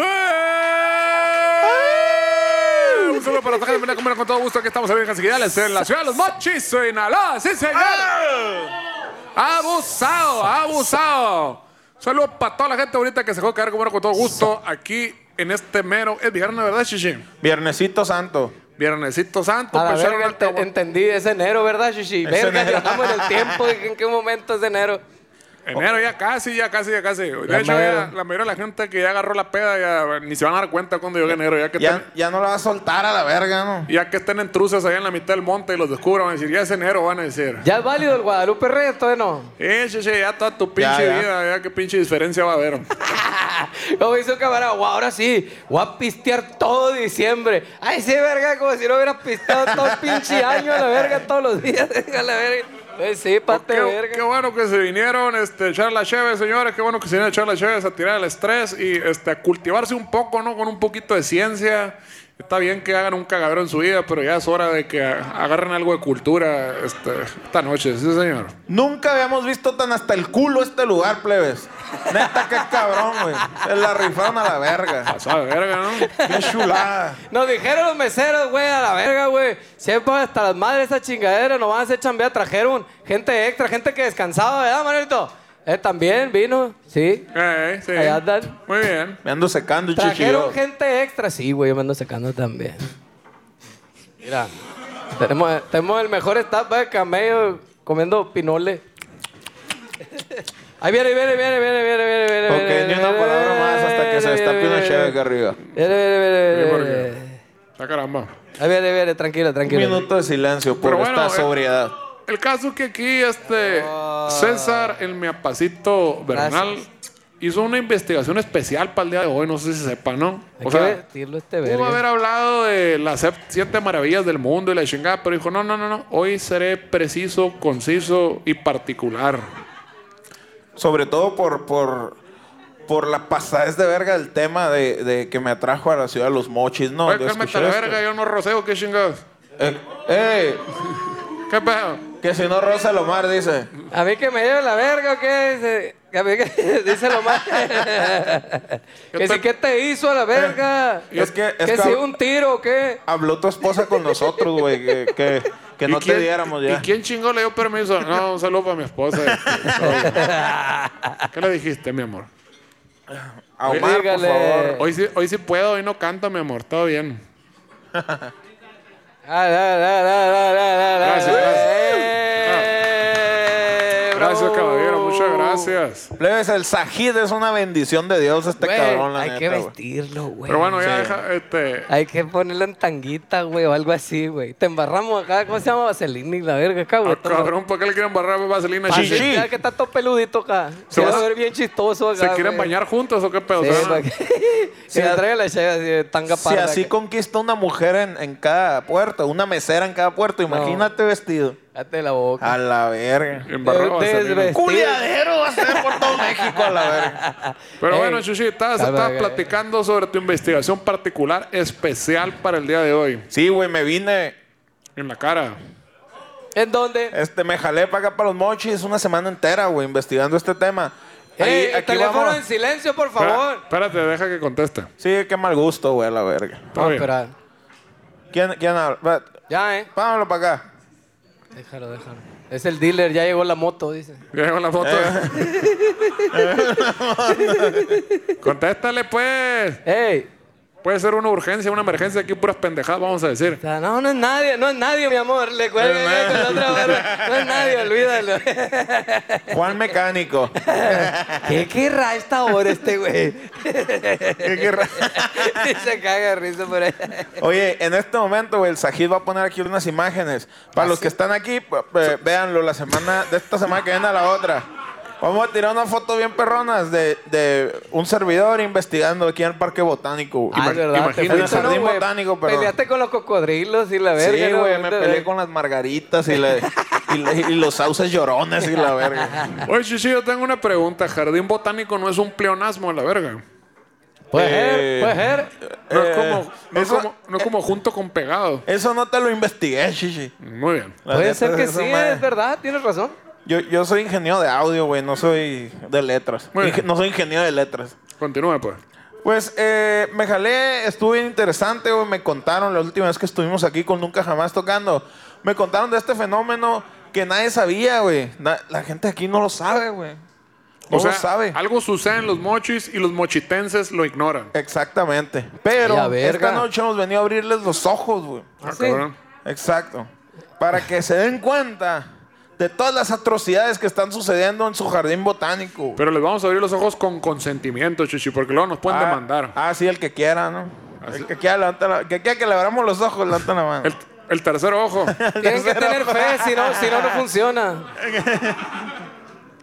¡Eh! Un saludo para la gente de Comer con todo gusto que estamos en Virgen Seguidales en la ciudad de Los Mochis, Sinaloa. ¡Sí, señor! ¡Abusado, abusado! Saludos para toda la gente bonita que se dejó caer comer con todo gusto aquí en este mero... Es viernes, ¿verdad, Chichi? Viernesito Santo. Viernesito santo. A la pues, verga, era el ent- tabú- entendí, es enero, ¿verdad, Shishi? Es Verga, enero. viajamos en el tiempo, dije, ¿en qué momento es enero? Enero ya casi, ya casi, ya casi. De Ya hecho, mero. ya la mayoría de la gente que ya agarró la peda ya ni se van a dar cuenta cuando llegue enero. Ya que, Ya, estén, ya no la va a soltar a la verga, ¿no? ya que estén intrusas allá en la mitad del monte y los descubran, van a decir, ya es enero, van a decir. ¿Ya es válido el Guadalupe Reyes? Todavía no. Eh, sí, sí, ya toda tu pinche ya. vida, ya qué pinche diferencia va a haber. Como dice un camarada, "Guau, ahora sí, voy a pistear todo diciembre. Ay, sí, verga, como si no hubiera pisteado todo el pinche año a la verga todos los días. a la verga. Ay, sí, pate Oh, Qué, verga. qué bueno que se vinieron este, a echar la cheve, señores. Qué bueno que se vinieron a echar la cheve, a tirar el estrés y este, a cultivarse un poco, ¿no? Con un poquito de ciencia. Está bien que hagan un cagadero en su vida, pero ya es hora de que a- agarren algo de cultura este, esta noche. Sí, señor. Nunca habíamos visto tan hasta el culo este lugar, plebes. Neta, qué cabrón, güey. Se la rifaron a la verga. Pasada de verga, ¿no? Qué chulada. Nos dijeron los meseros, güey, a la verga, güey. Siempre hasta las madres esa chingadera, nos van a hacer chambear. Trajeron gente extra, gente que descansaba, ¿verdad, Manuelito? Eh, también vino, sí. Eh, sí. Ahí andan. Muy bien. Me ando secando, chichillo. Trajeron gente extra, sí, güey, yo me ando sacando también. Mira, tenemos, tenemos el mejor staff de camello comiendo pinole. Ahí viene, viene, viene, viene, viene, viene, viene. Ok, viene, ni una viene, palabra más hasta que se viene, destape viene, una viene, chévere acá arriba. Viene, viene, Sí, viene, porque- viene. Ah, caramba. Ahí viene, viene, tranquilo, Un tranquilo. minuto de silencio por Pero bueno, esta eh, sobriedad. El caso es que aquí este Ah. César, el miapacito Bernal, hizo una investigación especial para el día de hoy, no sé si sepa, ¿no? Hay O que sea, vestirlo este pudo haber verga. hablado de las sep- siete maravillas del mundo y la chingada, pero dijo, no, no, no, no, hoy seré preciso, conciso y particular. Sobre todo por, por, por la pasadez de verga del tema de, de que me atrajo a la ciudad de los mochis, ¿no? Oye, Yo cálmate escuché a la esto. verga, yo no roceo, qué chingados. Eh, eh, ¿Qué pedo? que si no rosa el Omar, dice. A mí que me lleve la verga, ¿o ¿qué? Dice, que a mí que- dice lo más. Yo que si, te- ¿qué te hizo a la verga? Eh, es que- es que- si un tiro, ¿o ¿qué? Habló tu esposa con nosotros, güey, que, que, que ¿Y no quién- te diéramos ¿Y ya. quién chingó le dio permiso? No, un saludo para mi esposa. ¿Qué le dijiste, mi amor? A Omar, Dígale. por favor. Hoy sí, hoy sí puedo, hoy no canto, mi amor, todo bien. Ah, la, la, la, la, la, la, la. Gracias, gracias. Eh, Gracias, bravo. caballero, muchas gracias. Plebes, el sajid es una bendición de Dios este Güey, cabrón, la hay neta, que güey. vestirlo, güey. Pero bueno, ya sí. deja, este. Hay que ponerlo en tanguita, güey, o algo así, güey. Te embarramos acá, ¿cómo se llama? Vaselina y la verga acá, güey. ah, cabrón, ¿por qué le quieren barrar vaselina? Pase. Chichi? Sí. Ya que está todo peludito acá. Se Se va va- a ver bien chistoso acá. ¿Se quieren güey. bañar juntos o qué pedo? Sí, O sea, para que- que Si le a- traiga la chava así de tanga Si parda así acá. conquista una mujer en, en cada puerto, una mesera en cada puerto, imagínate vestido. Cállate la boca. A la verga. embarrar Eh, vaselina. desvest- Culiadero va a ser por todo México, a la verga. Pero Ey. bueno, Chuchi, estabas, Calma, estabas que- platicando sobre tu investigación particular especial para el día de hoy. Sí, güey, me vine, En la cara. ¿En dónde? este, me jalé para acá para los mochis una semana entera, güey, investigando este tema. Ahí, Ey, el aquí teléfono vamos. en silencio, por Espera- favor. Espérate, deja que conteste. Sí, qué mal gusto, güey, a la verga. Está Vamos a bien. esperar. ¿Quién, quién habla? Va, Ya, eh. Pámelo para acá. Déjalo, déjalo. Es el dealer, ya llegó la moto, dice. Ya llegó la foto. Eh. Contéstale, pues. Ey. Puede ser una urgencia, una emergencia. Aquí puras pendejadas, vamos a decir. O sea, no, no es nadie, no es nadie, mi amor. Le cuelga No es con la nadie. otra barra. No es nadie, olvídalo. Juan Mecánico. ¿Qué querrá a esta hora este güey? Qué- qué ra- Y se caga de risa por ahí. Oye, en este momento, güey, el Sajid va a poner aquí unas Ah, imágenes. Para los que están aquí, p- p- véanlo la semana, de esta semana que viene a la otra. Vamos a tirar unas fotos bien perronas de, de un servidor investigando aquí en el Parque Botánico. güey. Ah, es Imag- verdad. te imagínate. fuiste, En el jardín güey? botánico, perdón. Peleaste con los cocodrilos y la verga. Sí, ¿no? güey, me peleé con las margaritas y, la- y la- y los sauces llorones y la verga. Oye, Chichi, yo tengo una pregunta. Jardín botánico no es un pleonasmo a la verga. Puede Eh, ser, puede ser. No es Eh, como, no es eso- como, no es como junto con pegado. Eso no te lo investigué, chichi. Muy bien. La Puede neta, ser que esa sí, madre. es verdad, tienes razón. Yo, yo soy ingeniero de audio, güey, no soy de letras. Muy bien. Inge- no soy ingeniero de letras. Continúa, pues. Pues eh, me jalé, estuvo bien interesante, güey. Me contaron la última vez que estuvimos aquí con Nunca Jamás tocando. Me contaron de este fenómeno que nadie sabía, güey. Na- la gente aquí no lo sabe, güey. No O sea, lo sabe. algo sucede en los mochis y los mochitenses lo ignoran. Exactamente. Y la Pero verga. esta noche hemos venido a abrirles los ojos, güey. Ah, Sí. cabrón. Exacto. Para que se den cuenta de todas las atrocidades que están sucediendo en su jardín botánico. güey. Pero les vamos a abrir los ojos con consentimiento, Chichi, porque luego nos pueden Ah, demandar. Ah, sí, el que quiera, ¿no? El que quiera, levanta la- el que quiera que le abramos los ojos, levanta la mano. El, el tercer ojo. Tienen que tener fe, si no, si no, no funciona.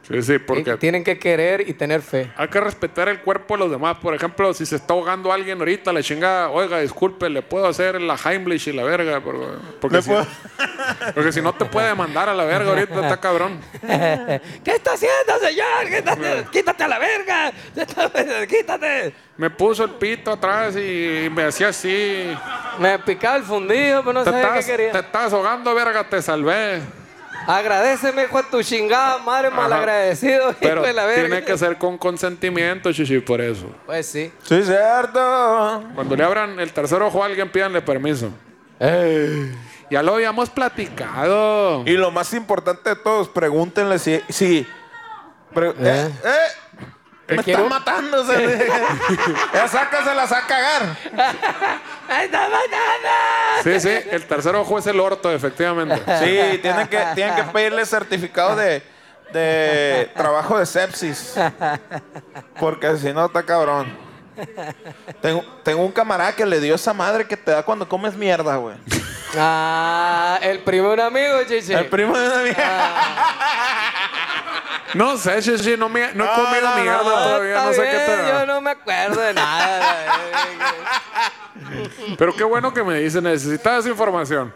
sí, sí, Y porque Tienen que querer y tener fe. hay que respetar el cuerpo de los demás. Por ejemplo, si se está ahogando alguien ahorita, la chingada, oiga, disculpe, le puedo hacer la Heimlich y la verga. Porque, porque Le si, puedo- porque si no te puede demandar a la verga ahorita, está cabrón. ¿Qué está haciendo, señor? ¿Qué está- Quítate a la verga. Quítate. Me puso el pito atrás y me hacía así. Me picaba el fundido, pero no Te sabía estás, qué quería. te estás ahogando, verga, te salvé. Agradeceme, hijo de tu chingada madre malagradecido, hijo Pero de la verga. tiene que ser con consentimiento, chichi, por eso. Pues sí. Sí, cierto. Cuando le abran el tercer ojo a alguien, pídanle permiso. Ya lo habíamos platicado. Y lo más importante de todos, pregúntenle si. si pre- eh, eh, me quiero- están matando. se- ya sácaselas a cagar. ¡Ay, está matando! Sí, sí, el tercer ojo es el orto, efectivamente. Sí, tienen que, tienen que pedirle certificado de, de trabajo de sepsis. Porque si no, está cabrón. Tengo, tengo un camarada que le dio esa madre que te da cuando comes mierda, güey. Ah, el primer amigo, chichi. El primo de una Ah. mierda. No sé, sí, sí, no, me, no he No, comido no, mierda no, todavía, Está no sé bien, qué te da. Yo no me acuerdo de nada. Pero qué bueno que me dice, necesitabas información.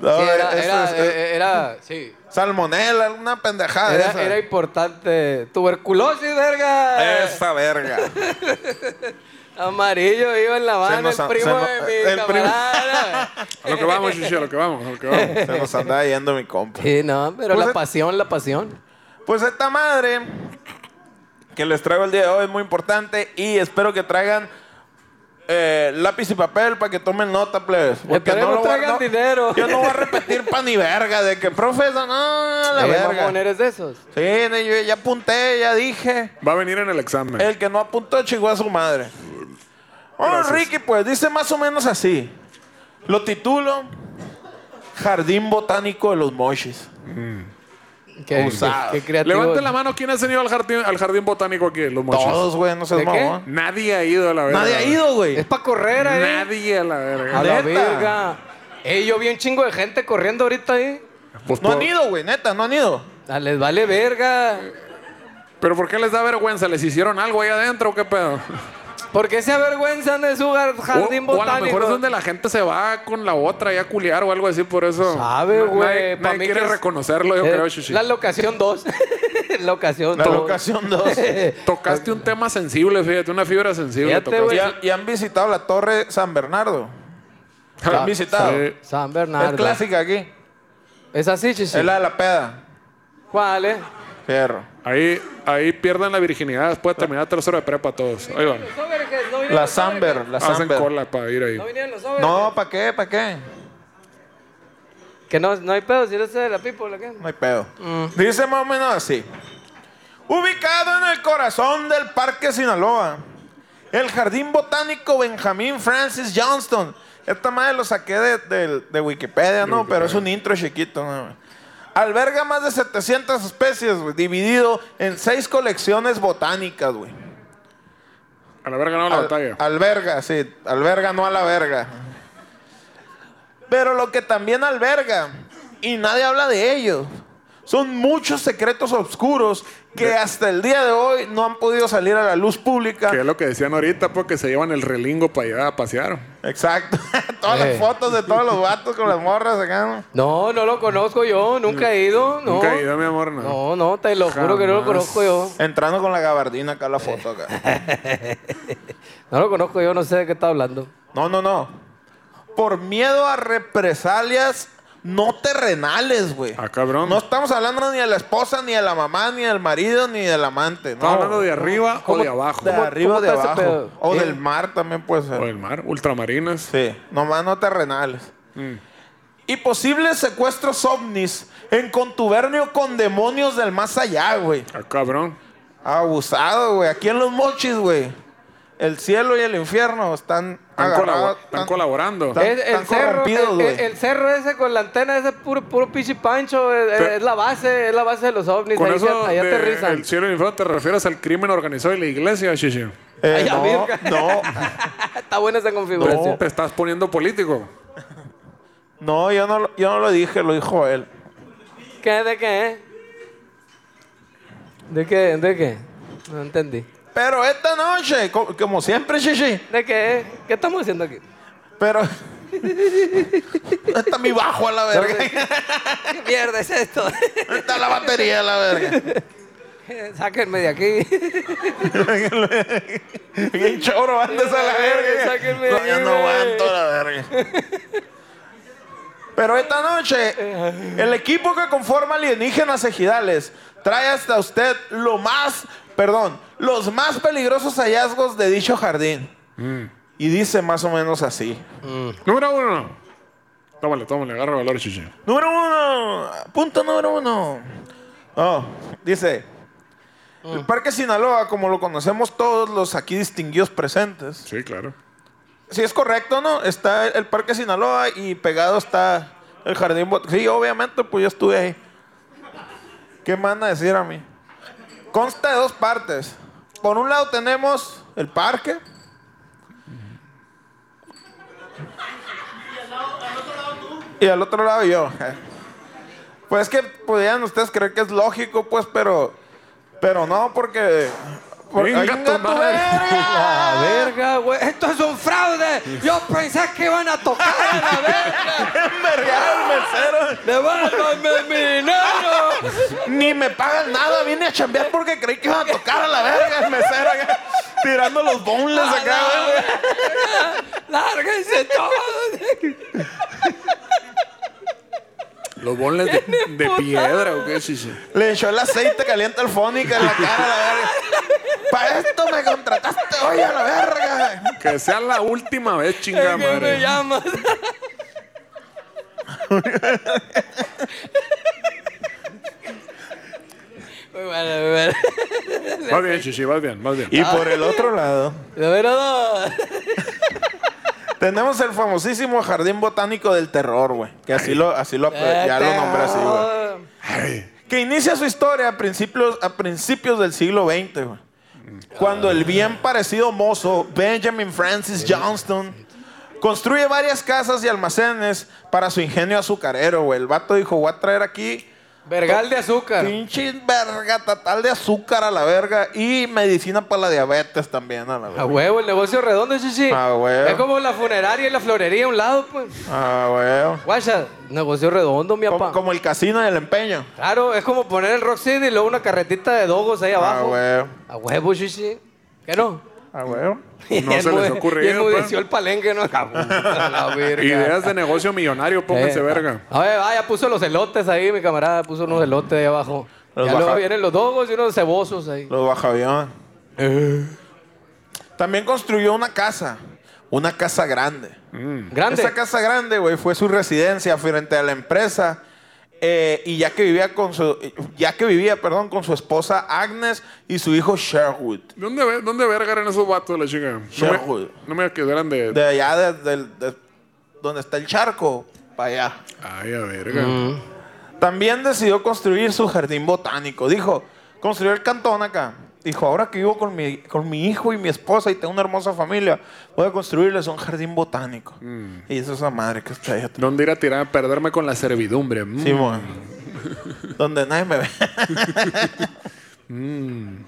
No, Sí, era, esto era, es- eh, era, sí. salmonela, alguna pendejada. de Era, esa. era importante. Tuberculosis, verga. Esa verga. Amarillo iba en la Se mano, nos el a- primo se nos- de mi el primo- camarada. A lo que vamos, Chichi, a lo que vamos, a lo que vamos. Se nos andaba yendo mi compa. Sí, no, pero Pues la es- pasión, la pasión. Pues esta madre que les traigo el día de hoy es muy importante y espero que traigan eh, lápiz y papel para que tomen nota, plebes. Porque Esperemos voy a- traigan dinero. Yo no voy a repetir pa' ni verga de que, profesor, no, la Eh, verga. mamones de esos. Sí, ne- yo ya apunté, ya dije. Va a venir en el examen. El que no apuntó chingó a su madre. Bueno, Gracias. Ricky, pues dice más o menos así. Lo titulo Jardín Botánico de los Mochis. Qué, Osadas. qué, qué creativo. Levanten la mano, ¿quién ha venido al jardín, al jardín botánico aquí, los mochis? Todos, güey, no seas ¿De qué? mamón. Nadie ha ido a la verga. Nadie ha ido, güey. Es para correr ahí. Nadie a la verga. A la Neta. verga. Ey, yo vi un chingo de gente corriendo ahorita ahí. Pues No por- han ido, güey, neta, no han ido. Ah, Les vale verga. ¿Pero por qué les da vergüenza? ¿Les hicieron algo ahí adentro o qué pedo? ¿Por qué se avergüenzan de su gar- jardín o, o botánico? a lo mejor es donde la gente se va con la otra y a culiar o algo así, por eso. Sabe, Na- güey. Nadie, pa' nadie mí quiere que es- reconocerlo, yo Eh, creo, Shishi. La locación 2. locación La 2. locación 2. Tocaste un tema sensible, fíjate, una fibra sensible. Fíjate, tocaste. y, güey. han- y han visitado la Torre San Bernardo. Ah, Han visitado. sí. San Es Bernardo. clásica aquí. ¿Es así, chichi? Es la de la peda. ¿Cuál eh? es? Fierro. Ahí, ahí pierden la virginidad después de terminar tercero de prepa todos. Ahí van. La Samber, la Hacen Samber. cola para ir ahí. No vinieron los overheads. No, ¿para qué? ¿Para qué? Que no, no hay pedo si eres de la people. ¿la qué? No hay pedo. Dice más o menos así. Ubicado en el corazón del Parque Sinaloa, el Jardín Botánico Benjamín Francis Johnston. Esta madre lo saqué de, del- de Wikipedia, ¿no? Pero es un intro chiquito, ¿no? Alberga más de 700 especies, güey, dividido en seis colecciones botánicas, güey. A la verga no la Al- batalla. Alberga, sí. Alberga, no a la verga. Pero lo que también alberga, y nadie habla de ello, Son muchos secretos oscuros que hasta el día de hoy no han podido salir a la luz pública. Que es lo que decían ahorita, porque se llevan el relingo para allá a pasear. Exacto. Todas Eh. las fotos de todos los vatos con las morras acá. ¿no? No, no lo conozco yo, nunca he ido. No. Nunca he ido, mi amor, no. No, no, te lo juro que no lo Jamás. conozco yo. Entrando con la gabardina acá la foto acá. No lo conozco yo, no sé de qué está hablando. No, no, no. Por miedo a represalias no terrenales, güey. Ah, cabrón. No estamos hablando ni de la esposa, ni de la mamá, ni del marido, ni del amante. No. Estamos hablando de arriba o ¿Cómo de abajo. De ¿Cómo- arriba, cómo de está ese abajo. pedo? O Eh. del mar también puede O ser. del mar, ultramarinas. Sí, nomás no terrenales. Mm. Y posibles secuestros ovnis en contubernio con demonios del más allá, güey. Ah, cabrón. Abusado, güey. Aquí en los mochis, güey. El cielo y el infierno están Están, colabo- agarrados. están están- colaborando. Tan- Es- tan el, cerro, corrompidos, el- güey. el- el cerro ese con la antena, ese es puro, puro pinche pancho, es, Pero- es la base, es la base de los ovnis. Con ahí eso, se- ahí de aterrizan. el cielo y el infierno, ¿te refieres al crimen organizado y la iglesia, Shishi? Eh, Ay, a no, verga. no, Está buena esa No, configuración. te estás poniendo político. no, yo no, lo- yo no lo dije, lo dijo él. ¿Qué? ¿De qué? ¿De qué? ¿De qué? No entendí. Pero esta noche, co- como siempre, Shishi, ¿De qué? ¿Qué estamos haciendo aquí? pero... está mi bajo a la verga. ¿Qué mierda es esto? está la batería a la verga. Sáquenme de aquí. Bien choro, andes a la verga. Sáquenme de No, yo aquí, no güey. aguanto la verga. Pero esta noche, el equipo que conforma Alienígenas Ejidales trae hasta usted lo más, perdón, los más peligrosos hallazgos de dicho jardín. Mm. Y dice más o menos así. Número uno. Tómale, tómale, agarra valor, Shishi. Número uno, punto número uno. Oh, dice, el Parque Sinaloa, como lo conocemos todos los aquí distinguidos presentes, Sí, claro. Si es correcto, ¿no? Está el Parque Sinaloa y pegado está el Jardín Bot- Sí, obviamente, pues yo estuve ahí. ¿Qué me van a decir a mí? Consta de dos partes. Por un lado tenemos el parque. Y al otro lado yo. Pues es que podrían ustedes creer que es lógico, pues, pero... Pero no, porque... porque Venga ¡Ay, venga tu tu madre! verga! La verga, güey. Esto es un fraude. Yo pensé que iban a tocar a la verga. Envergado el mesero! Devuélvame mi dinero. Ni me pagan nada, vine a chambear porque creí que iban a tocar a la verga el mesero acá, tirando los bonles acá, güey. Lárguense todos. Los bonles de, de piedra, ¿o qué, Shishi? Le echó el aceite caliente al fónica en la cara a la verga. Para esto me contrataste hoy a la verga. Que sea la última vez, ¿Qué chingada me madre. llamas? Muy bueno, muy bueno. Vas bien, Shishi, vas bien, vas bien. Y por el otro lado, Número dos. tenemos el famosísimo Jardín Botánico del Terror, güey. Que así lo, así lo, ya Eh, lo nombré así, güey. que inicia su historia a principios, a principios del siglo XX, güey. cuando el bien parecido mozo Benjamin Francis Johnston construye varias casas y almacenes para su ingenio azucarero, güey. El vato dijo, voy a traer aquí Vergal de azúcar. pinche verga, tatal de azúcar a la verga y medicina para la diabetes también a la A verga. huevo, el negocio redondo, sí, sí. A huevo. Es como la funeraria y la florería a un lado, pues. Ah, güey. Guacha, negocio redondo, mi Como, papá. como el casino del empeño. Claro, es como poner el Rock City y luego una carretita de dogos ahí Ah, abajo. güey. A huevo, sí, sí. ¿Qué no? Ah, güey. No se les ocurre Y ir, enmudeció pa. el palenque, ¿no? A puta la verga. Ideas de negocio millonario, pónganse Eh, verga. A ver, vaya, puso los elotes ahí, mi camarada. Puso unos elotes ahí abajo. Los ya luego baja- vienen los dogos y unos cebosos ahí. Los bajavión. También construyó una casa. Una casa grande. Mm. Grande. Esa casa grande, güey, fue su residencia frente a la empresa. eh, y ya que vivía con su. Ya que vivía, perdón, con su esposa Agnes y su hijo Sherwood. ¿De dónde, ve- dónde verga eran esos vatos de la chica? Ya, No me, güey. no me quedaran de... De allá de- del- de- donde está el charco. Para allá. Ay, a verga. También decidió construir su jardín botánico. Dijo, construyó el cantón acá. Dijo, ahora que vivo con mi, con mi hijo y mi esposa y tengo una hermosa familia, voy a construirles un jardín botánico. Y eso es la madre que está ahí atrás. ¿Dónde ir a tirar, perderme con la servidumbre? Mm. Simón. donde nadie me ve.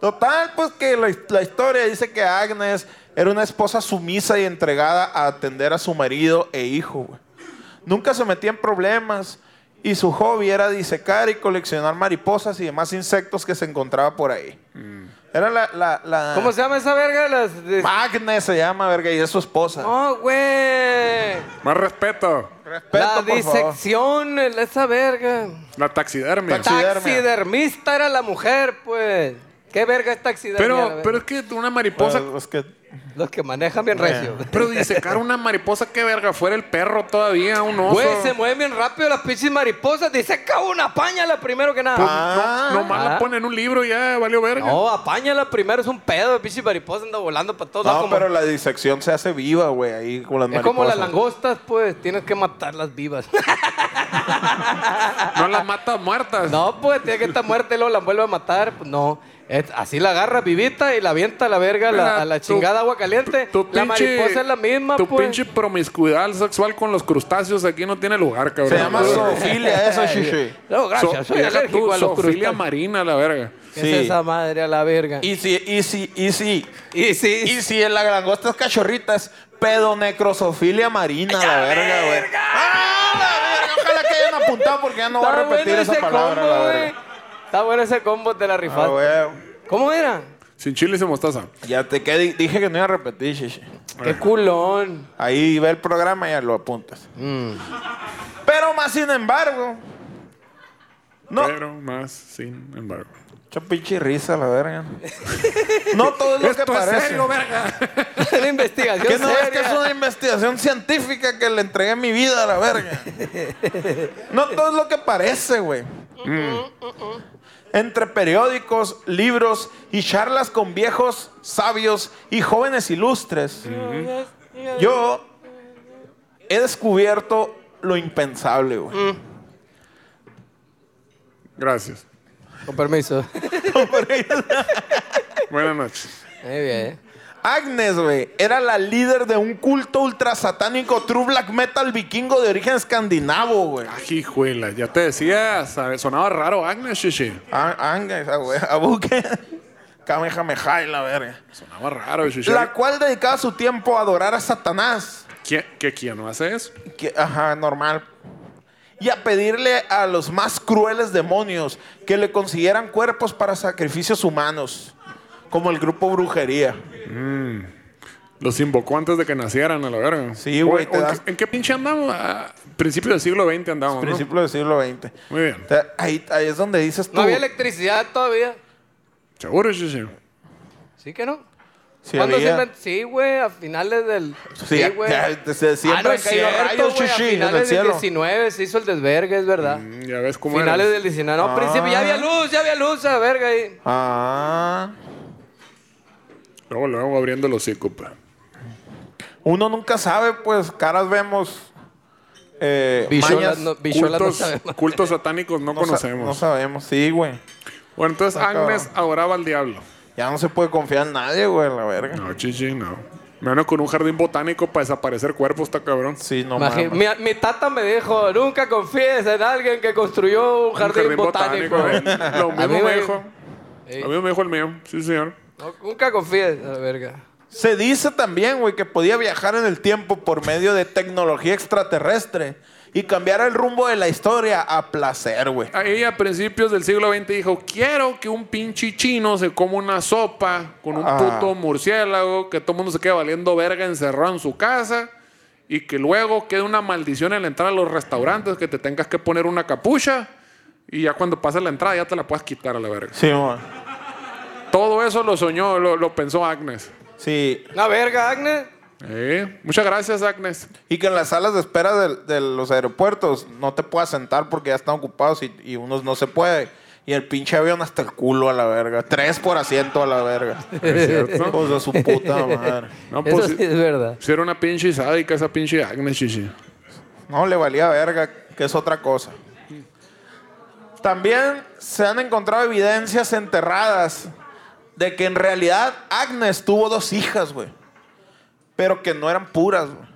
Total, pues que la, la historia dice que Agnes era una esposa sumisa y entregada a atender a su marido e hijo. güey. Nunca se metía en problemas y su hobby era disecar y coleccionar mariposas y demás insectos que se encontraba por ahí. Era la, la, la- ¿Cómo se llama Oh, esa verga? Las de- Agnes se llama, verga, y es su esposa. No, güey. Más respeto. Respeto, La por favor. disección, el- esa verga. La taxidermia. Taxi- Taxidermia. Taxidermista era la mujer, pues. ¿Qué verga es taxidermia? la Pero, verga? pero Eh, es que una mariposa. Bueno, Pues, es que- Los que manejan bien recio. Pero disecar una mariposa, que verga, fuera el perro todavía, un oso. Güey, se mueven bien rápido las pinches mariposas. Diseca una, apáñala primero que nada. Ah. Nomás la Ah. ponen en un libro y ya valió verga. No, apáñala primero, es un pedo. Pinche mariposa anda volando para todos No, lados. como- pero la disección se hace viva, güey, ahí con las Es como las mariposas. langostas, pues. Tienes que matarlas vivas. No las mata muertas. No, pues tiene que estar muerta y luego la vuelve a matar. Pues no. Es- así la agarra vivita y la avienta a la verga a la- Mira, a la tu- chingada agua caliente. Tu la pinche- mariposa es la misma, Tu pues. pinche promiscuidad sexual con los crustáceos aquí no tiene lugar, cabrón. Se llama zoofilia, eso, Ay, shishi. No, gracias. So- soy deja tú, alérgico a los zoofilia crustáceos. marina, la verga. ¿Qué Sí. es esa madre a la verga? Y si, y si, y si, Y sí. y si en la langosta es cachorritas, pedonecrosofilia marina, la verga, güey. ¡Ah, la verga! Ojalá que hayan apuntado porque ya no voy a Está repetir bueno esa ese palabra, combo, la güey. verga. Está bueno ese combo de la Ah, rifa. güey. ¿Cómo era? Sin chile y sin mostaza. Ya te quedé, dije que no iba a repetir, shishi. Qué culón. Ahí ve el programa y ya lo apuntas. Pero más sin embargo, no, Pero más, sin embargo. Mucha pinche risa, la verga. No todo es lo que Esto es parece. serio, verga. Una investigación que no es que seria. es una investigación científica que le entregué mi vida a la verga. No todo es lo que parece, güey. Mm. Entre periódicos, libros y charlas con viejos sabios y jóvenes ilustres, yo he descubierto lo impensable, güey. Gracias. Con permiso. Buenas noches. Muy bien. Agnes, güey, era la líder de un culto ultrasatánico true black metal vikingo de origen escandinavo, güey. Ajijuela, ya te decía, sabe, sonaba raro Agnes, shishi. A- Agnes, ah, güey, a buque. Kamehameha, la verga. Sonaba raro, shishi. La cual dedicaba su tiempo a adorar a Satanás. ¿Qui- ¿Que quién no hace eso? que- ajá, normal. Y a pedirle a los más crueles demonios que le consiguieran cuerpos para sacrificios humanos. Como el grupo brujería. Los invocó antes de que nacieran, a la verga. Sí, Oye, güey, te ¿en das- qué- ¿En qué pinche andamos? A principios del siglo XX andamos, ¿no? Principio del siglo XX. Muy bien. Te- Ahí, ahí es donde dices tú. No había electricidad todavía. Seguro, shishi. ¿Sí que no? Sí ¿Cuándo había. se inventó? Sí, güey, a finales del... Sí, ya- ya- se- siempre ah, no han es caído cierto, rayos, güey, chichi, a en el finales del cielo. 19 se hizo el desvergue, es verdad. Mm, Ya ves cómo finales eres. del 19. No, Ah. principio, ya había luz, ya había luz, a la verga ahí. Ah. Luego, luego abriendo los hocico, pa. Uno nunca sabe, pues, caras vemos. Eh, Bicholas mañas. no, bicholas no Cultos, sabemos. cultos satánicos no, No sa- conocemos. no sabemos, sí, güey. bueno, entonces Ah, cabrón. Agnes adoraba al diablo. Ya no se puede confiar en nadie, güey, la verga. No, chichi, no. Menos con un jardín botánico para desaparecer cuerpos, está cabrón. Sí, no Imagi- mames. mi, mi tata me dijo, nunca confíes en alguien que construyó un Un jardín, botánico. ¿eh? Lo A mismo mí me me- dijo. Sí. Lo mismo me dijo el mío. Sí, señor. No, nunca confíes, a la verga. Se dice también, güey, que podía viajar en el tiempo por medio de tecnología extraterrestre y cambiar el rumbo de la historia a placer, güey. Ahí a principios del siglo XX dijo, quiero que un pinche chino se coma una sopa con un Ah. puto murciélago, que todo el mundo se quede valiendo verga encerrado en su casa y que luego quede una maldición en la entrada a los restaurantes, que te tengas que poner una capucha y ya cuando pases la entrada ya te la puedes quitar a la verga. Sí, güey. Todo eso lo soñó, lo, lo pensó Agnes. Sí. Una verga, Agnes. Eh, Muchas gracias, Agnes. Y que en las salas de espera de, de los aeropuertos no te puedas sentar porque ya están ocupados y, y unos no se puede. Y el pinche avión hasta el culo a la verga. Tres por asiento a la verga. Es cierto. Hijos de su puta madre. No, Eso pues, sí es verdad. si era una pinche sádica esa pinche Agnes, chichi. No, le valía verga, que es otra cosa. También se han encontrado evidencias enterradas de que en realidad Agnes tuvo dos hijas, güey. Pero que no eran puras, güey.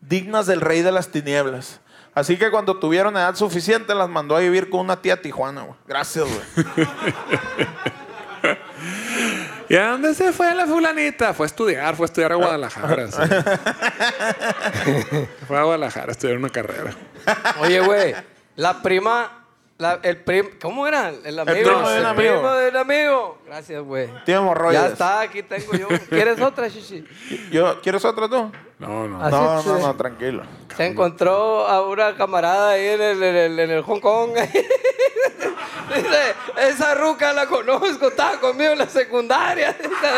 Dignas del rey de las tinieblas. Así que cuando tuvieron edad suficiente, las mandó a vivir con una tía a Tijuana, güey. Gracias, güey. ¿Y a dónde se fue la fulanita? Fue a estudiar, fue a estudiar a Ah. Guadalajara. sí. fue a Guadalajara a estudiar una carrera. Oye, güey, la prima, la- el prim, ¿cómo era? El amigo. primo de un amigo. primo de un amigo. Gracias, güey. Tiene hemorroides. Ya está, aquí tengo yo. ¿Quieres otra, Shishi? Yo, ¿Quieres otra tú? No, no. Así No, se- no, no, tranquilo. Se encontró a una camarada ahí en el, en el- en el Hong Kong. Dice, esa ruca la conozco, estaba conmigo en la secundaria. Dice, a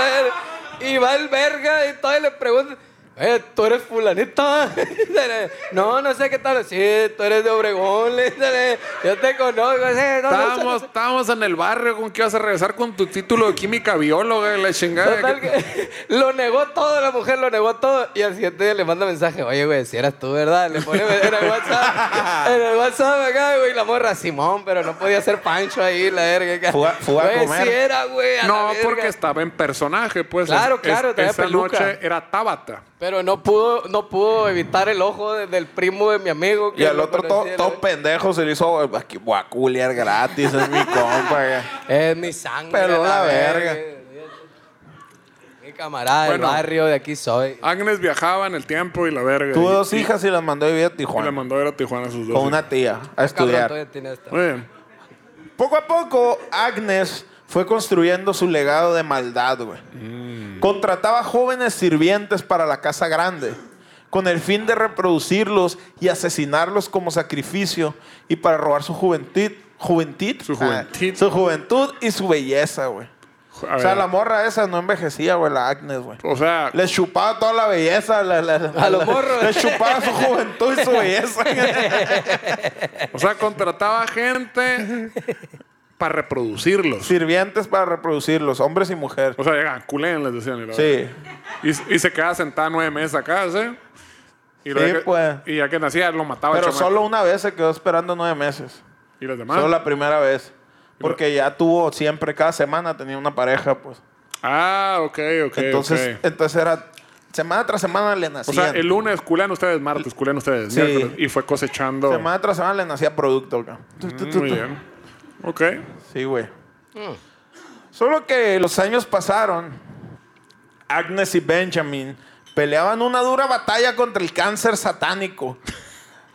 ver, Y va el verga y todavía le pregunta, "Eh, ¿tú eres fulanita? Dice, No, no sé qué tal. Sí, tú eres de Obregón. le dice, Yo te conozco. Dice, "No, no sé, no Estábamos, sé". estábamos en el barrio con que ibas a regresar con tu título de química bióloga y la chingada. Total que lo negó todo, la mujer lo negó todo. Y al siguiente día le manda mensaje, oye, güey, si eras tú, ¿verdad? Le pone en el WhatsApp, en el WhatsApp acá, güey, la morra, Simón, pero no podía ser Pancho ahí, la verga. Fue a- fue a Güey, comer. si era, güey, a la No, verga. porque estaba en personaje, pues. Claro, Es- claro, es- traía Esa peluca. noche era Tabata. Pero no pudo, no pudo evitar el ojo de- del primo de mi amigo. que Y al lo otro, todo, conocía, la todo verga. pendejo, se le hizo "Aquí voy a culiar gratis, es mi compa. güey". Es mi sangre, Peló la verga. Mi camarada del Bueno. barrio, de aquí soy. Agnes viajaba en el tiempo y la verga. Tuvo Y- dos y- hijas y las mandó a vivir a Y la Tijuana. mandó a ver a Tijuana a sus dos. hijas. Con una tía a Cabrón, estudiar. todavía tiene esta. Muy bien. Poco a poco, Agnes fue construyendo su legado de maldad, güey. Mm. Contrataba jóvenes sirvientes para la casa grande, con el fin de reproducirlos y asesinarlos como sacrificio y para robar su juventud. ¿Juventud? Su Ah, juventud. su juventud y su belleza, güey. A O sea, ver. la morra esa no envejecía, güey, la Agnes, güey. O sea, Les chupaba toda la belleza. la- la- la- A los morros. Les chupaba su juventud y su belleza. o sea, contrataba gente para reproducirlos. Sirvientes para reproducirlos, hombres y mujeres. O sea, llegaban, culén, les decían. y la Sí. Y, y se quedaba sentada nueve meses acá, ¿sí? Y, lo Sí, ya que- pues. y ya que nacía, lo mataba el Pero chamaco. solo una vez se quedó esperando nueve meses. Y los demás. Solo la primera vez. Porque ya tuvo siempre, cada semana tenía una pareja, pues. Ah, ok, ok. entonces, ok. entonces era semana tras semana le O nacía. sea, el lunes culean ustedes, martes culean ustedes, Sí. miércoles, y fue cosechando. Semana tras semana le nacía producto, acá. Tu, tu, Mm, tu, Muy tu. bien. Ok. Sí, güey. Solo que los años pasaron. Agnes y Benjamin peleaban una dura batalla contra el cáncer satánico.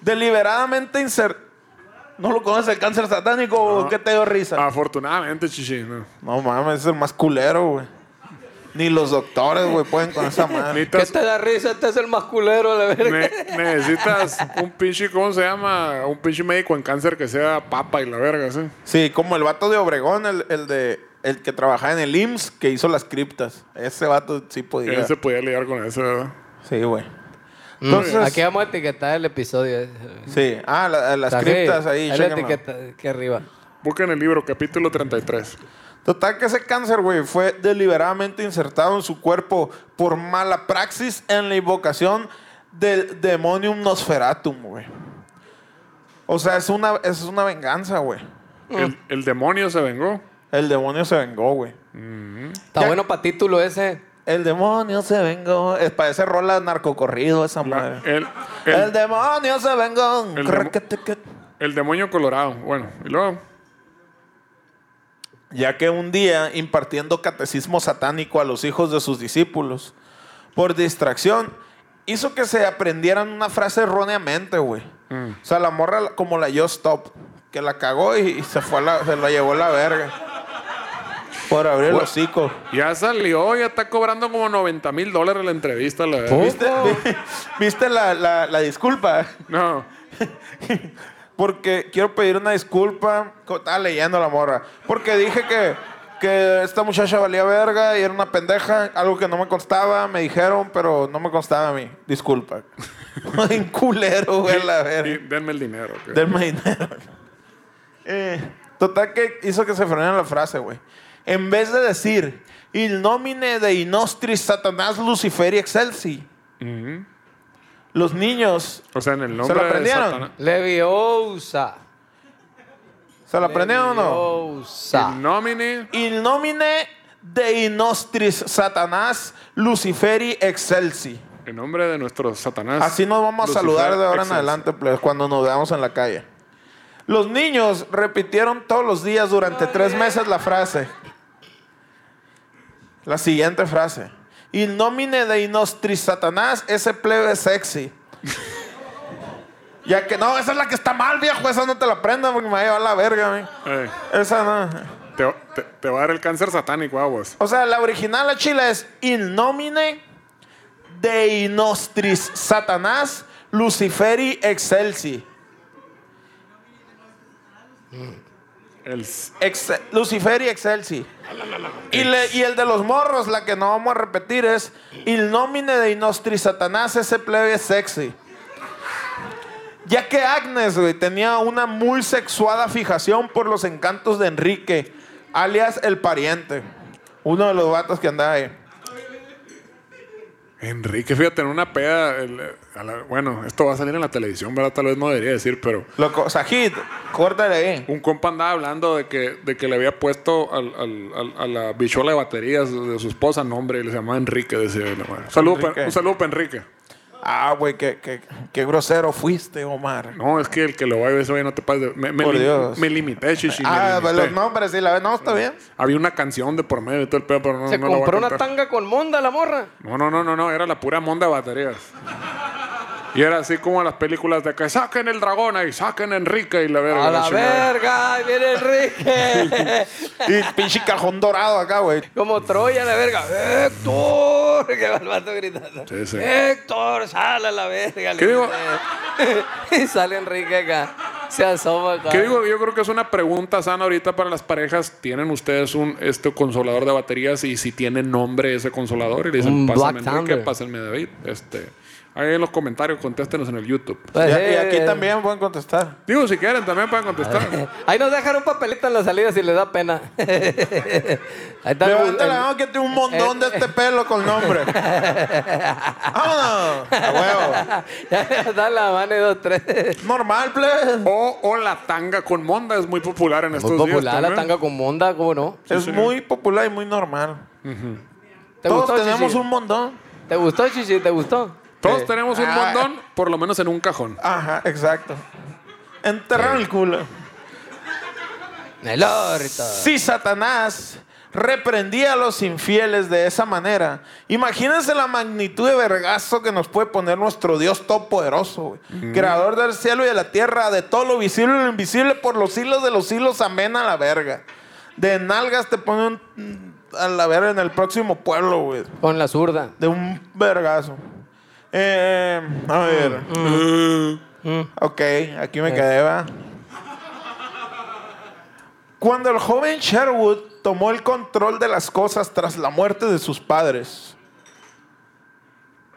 Deliberadamente insert... ¿No lo conoces el cáncer satánico o qué te dio risa? Ah. Afortunadamente, chichi. no. No mames, es el más culero, güey. Ni los doctores, güey, pueden con esa madre. ¿Qué Necesitas, te da risa? Este es el masculero, la verga. ne- necesitas un pinche, ¿cómo se llama? Un pinche médico en cáncer que sea papa y la verga, ¿sí? Sí, como el vato de Obregón, el, el de el que trabajaba en el IMSS, que hizo las criptas. Ese vato sí podía. Él se podía lidiar con eso, ¿verdad? Sí, güey. Entonces, Entonces, aquí vamos Mm. a etiquetar el episodio. eh. sí. Ah, la- las Está criptas ahí, Ahí la chéquenla. etiqueta aquí arriba. Busquen el libro, capítulo 33. Total que ese cáncer, güey, fue deliberadamente insertado en su cuerpo por mala praxis en la invocación del demonium Nosferatum, güey. O sea, es una, es una venganza, güey. El, el demonio se vengó. El demonio se vengó, güey. Está Ya- bueno para título ese. El demonio se vengó. Es para ese rola narcocorrido esa La- madre. el, el, el, demonio se vengó. El demo- Cracateca. el demonio colorado. Bueno, y luego. Ya que un día impartiendo catecismo satánico a los hijos de sus discípulos, por distracción, hizo que se aprendieran una frase erróneamente, güey. O sea, la morra como la Yo Stop, que la cagó y, y se fue a la, se la llevó a la verga. Por abrir el Güey. hocico. Ya salió, ya está cobrando como 90 mil dólares la entrevista, la verga. ¿Viste, ¿Viste la- la- la disculpa? No. Porque quiero pedir una disculpa. Co- Estaba leyendo la morra. Porque dije que, que esta muchacha valía verga y era una pendeja. Algo que no me constaba. Me dijeron, pero no me constaba a mí. Disculpa. en culero, güey, la Y verga. denme el dinero. pues. ok. Denme dinero. Eh, total que hizo que se frenara la frase, güey. En vez de decir, il nomine de inostris satanás luciferi excelsi. Los niños O sea, en el ¿Se nombre lo de aprendieron? Satanás. Leviosa. se la aprendieron o no. Leviosa. In nomine. Il nomine de inostris Satanás Luciferi Excelsi. En nombre de nuestro Satanás. Así nos vamos a Lucifer, saludar de ahora en excelsa. adelante, plebes, cuando nos veamos en la calle. Los niños repitieron todos los días durante tres meses la frase. La siguiente frase. In nomine de nostri Satanás, ese plebe es sexy. ya que no, esa es la que está mal, viejo. Esa no te la prendan porque me va a llevar la verga, güey. Eh, Esa no. te, te- te va a dar el cáncer satánico, aguas. O sea, la original la chila es In nomine Dei nostris Satanás Luciferi excelsi. El, s- Ex- Luciferi excelsi. Y, le- y el de los morros, la que no vamos a repetir es Il nomine Dei nostris Satanás ese plebe es sexy. Ya que Agnes, güey, tenía una muy sexuada fijación por los encantos de Enrique, alias el pariente, uno de los vatos que andaba ahí. Enrique, fíjate, en una peda. el- a la- bueno, esto va a salir en la televisión, ¿verdad? Tal vez no debería decir, pero. Loco, Sajid, córtale ahí. Un compa andaba hablando de que, de que le había puesto al, al- al- a la bichola de baterías de su esposa nombre y le llamaba Enrique. Decía, la madre. Saludo pa- Enrique. un saludo para Enrique. Ah, güey, qué, qué- qué grosero fuiste, Omar. No, es que el que lo va a ver eso, oye, no te pases. de- Me, me Por lim- Dios. me limité, chichi. me ah, limité. los nombres, sí, la verdad, no, está bien. Había una canción de por medio y todo el pedo, pero no, Se no lo voy a compró una contar. tanga con monda la morra. No, no, no, no, no, era la pura monda de baterías. Y era así como las películas de que saquen el dragón ahí, saquen a Enrique y la verga. A la chingada. verga, ahí viene Enrique. Y pinche cajón dorado acá, güey. Como Troya, la verga. ¡Héctor! Que va el vato gritando. Sí, sí. ¡Héctor! ¡Sale a la verga! le ¿Qué digo? grité. y sale Enrique acá. Se asoma acá. ¿Qué digo? Yo creo que es una pregunta sana ahorita para las parejas. ¿Tienen ustedes un este consolador de baterías y si tiene nombre ese consolador? Y le dicen, Un pásenme Black Enrique, Thunder. pásenme David. Este, ahí en los comentarios, contéstenos en el YouTube. Y, Pues, y eh, aquí también pueden contestar. Digo, si quieren, también pueden contestar. Ahí nos dejaron un papelito en la salida si les da pena. Ahí está el bu- Levanta el- la mano que tiene un montón de este pelo con nombre. ¡Vámonos! ¡A huevo! Dale la mano y dos, tres. Normal, pues. plebe. o, o la tanga con monda es muy popular en estos Muy días. popular la también. tanga con monda, ¿cómo no? Es muy popular y muy normal. ¿Te Todos gustó, tenemos Chichi? un montón. ¿Te gustó, Chichi? ¿Te gustó? Todos Sí. tenemos un Ah. montón, por lo menos en un cajón. Ajá, exacto. Enterrar el culo. El orto. Si Satanás reprendía a los infieles de esa manera, imagínense la magnitud de vergazo que nos puede poner nuestro Dios Todopoderoso, güey. creador del cielo y de la tierra, de todo lo visible y lo invisible, por los hilos de los hilos, amén a la verga. De nalgas te pone un- a la verga en el próximo pueblo, güey. Con la zurda. De un vergazo. Eh, a ver. Mm. Ok, aquí me quedé, va. Cuando el joven Sherwood tomó el control de las cosas tras la muerte de sus padres,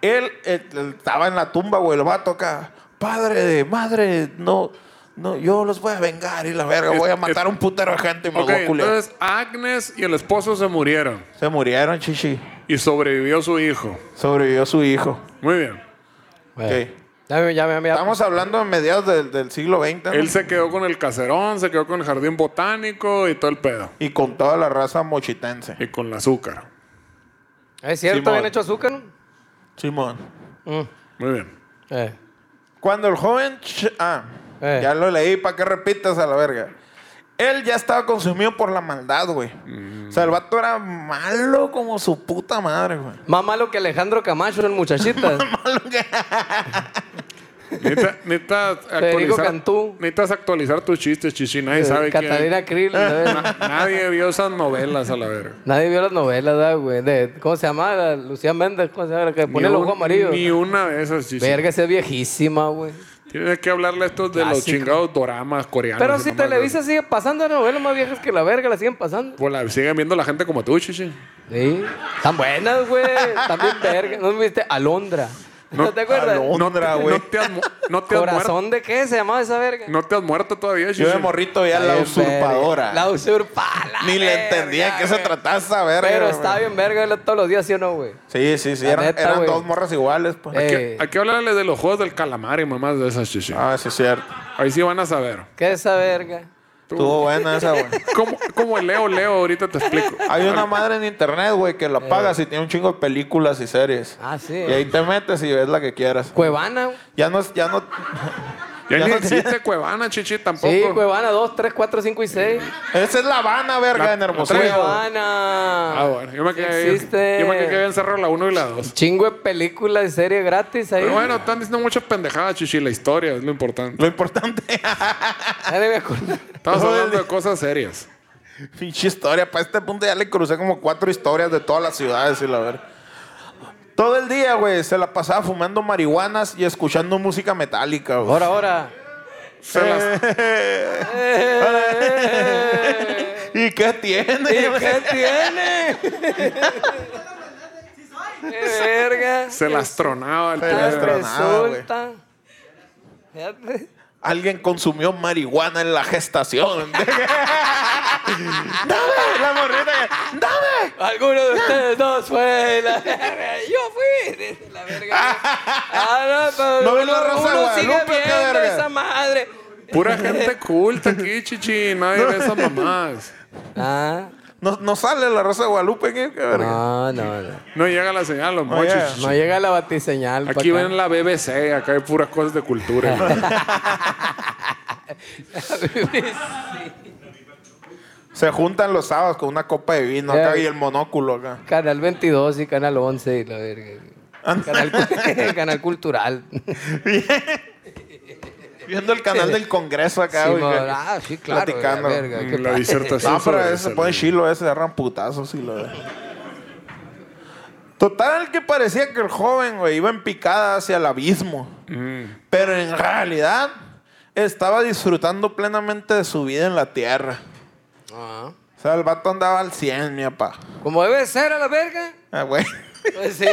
él, eh, él estaba en la tumba, güey, el vato acá. Padre de madre, no, no, yo los voy a vengar y la verga, voy a matar a un putero de gente y me Ok, voy a culiar". entonces Agnes y el esposo se murieron Se murieron, chichi. y sobrevivió su hijo. Sobrevivió su hijo. Muy bien. Bueno. Ya, ya, ya, ya. Estamos hablando de mediados del, del siglo XX. ¿no? Él se quedó con el caserón, se quedó con el jardín botánico y todo el pedo. Y con toda la raza mochitense. Y con el azúcar. Es cierto, Simón. habían hecho azúcar, ¿no? Simón. Mm. Muy bien. Eh. Cuando el joven... Ch- ah, Eh. ya lo leí, ¿para qué repitas a la verga? Él ya estaba consumido por la maldad, güey. Mm. O sea, el vato era malo como su puta madre, güey. Más malo que Alejandro Camacho en muchachitas. Necesitas actualizar, Cantú. necesitas actualizar tus chistes, chichi. Nadie sabe quién- Catalina Krill. ¿no? Na- nadie vio esas novelas a la verga. Nadie vio las novelas, ¿verdad, güey. De- ¿Cómo se llama? La Lucía Méndez, ¿cómo se llama? La que pone el Ni ojo un- amarillo. Ni una de esas, chichi. Verga, esa es viejísima, güey. Tienes que hablarle a estos de los Clásico. chingados doramas coreanos. Pero y si nomás de- Televisa sigue pasando novelas más viejas que la verga, la siguen pasando. Pues la siguen viendo la gente como tú, chichi. Sí. Están buenas, güey. Están bien verga. ¿No viste? Alondra. ¿No, te acuerdas? Alondra. Pondrá, no, güey. no te has, mu- no te has muerto. ¿Corazón de qué se llamaba esa verga? No te has muerto todavía, chichi. Yo de morrito ya la Está bien usurpadora. verga. La usurpadora. Ni le entendía que se trataba esa verga. Pero güey. está bien verga verla todos los días, ¿sí o no, güey? Sí, sí, sí. La Eran, neta, eran güey. dos morras iguales, pues. Eh. ¿Qué- Hay que hablarle de los juegos del calamar y mamás de esas, chichi. Ah, sí, es cierto. Ahí sí van a saber. ¿Qué es esa verga? Estuvo buena esa, güey. Como, como el Leo Leo, ahorita te explico. Hay una madre en internet, güey, que la pagas y tiene un chingo de películas y series. Eh. Ah, sí. Y ahí te metes y ves la que quieras. Cuevana. Ya no, ya no. Ya, ya ni no tiene- existe Cuevana, chichi, tampoco. Sí, Cuevana 2, 3, 4, 5 y 6. Esa es La Habana, verga, La- en Hermosillo. Cuevana. Ah, bueno, yo me Sí quedé. existe. Yo me quedé en Cerro la 1 y la 2. Chingo de películas y series gratis ahí. Pero bueno, están diciendo muchas pendejadas, chichi, la historia es lo importante. Lo importante, Ya ni me acuerdo. Estamos hablando de cosas serias. pinche historia. Para este punto ya le crucé como cuatro historias de todas las ciudades y la verga. Todo el día, güey, se la pasaba fumando marihuanas y escuchando música metálica, güey. Ahora, ahora. Se Eh. las- ¿Y qué tiene? ¿Y qué tiene? ¡Qué verga! se las tronaba el Pues, Se las perro. tronaba. astronauta, güey. Resulta. Fíjate. Alguien consumió marihuana en la gestación. ¡Dame! La morrita que- ¡Dame! Alguno de ustedes dos fue la verga. Yo fui. Dice la verga. Ah, no, pero No ven la uno- Rosa de uno sigue Guadalupe, qué viendo verga. esa madre. Pura gente culta aquí, chichi. Nadie ve esas mamás. Ah, No, no sale la Rosa de Guadalupe. ¿qué? ¿Qué verga? no, no, no. No llega la señal, los Oye, mochos. No llega la batiseñal. Aquí pa' acá. ven la BBC, acá hay puras cosas de cultura. Se juntan los sábados con una copa de vino Ya. acá y el monóculo acá. Canal 22 y Canal 11 y la verga. Canal, cu- canal cultural. Viendo el canal del Congreso acá, Sí, güey, mo- que- ah, sí, claro. Platicando. la verga, qué la padre. disertación. No, pero sobre ese eso, se pone ¿no? chilo ese, se agarran putazos y lo Total que parecía que el joven, güey, iba en picada hacia el abismo. Mm. Pero en realidad estaba disfrutando plenamente de su vida en la tierra. Ah. O sea, el vato andaba al 100, mi papá. Como debe ser a la verga. Ah, güey. Pues sí,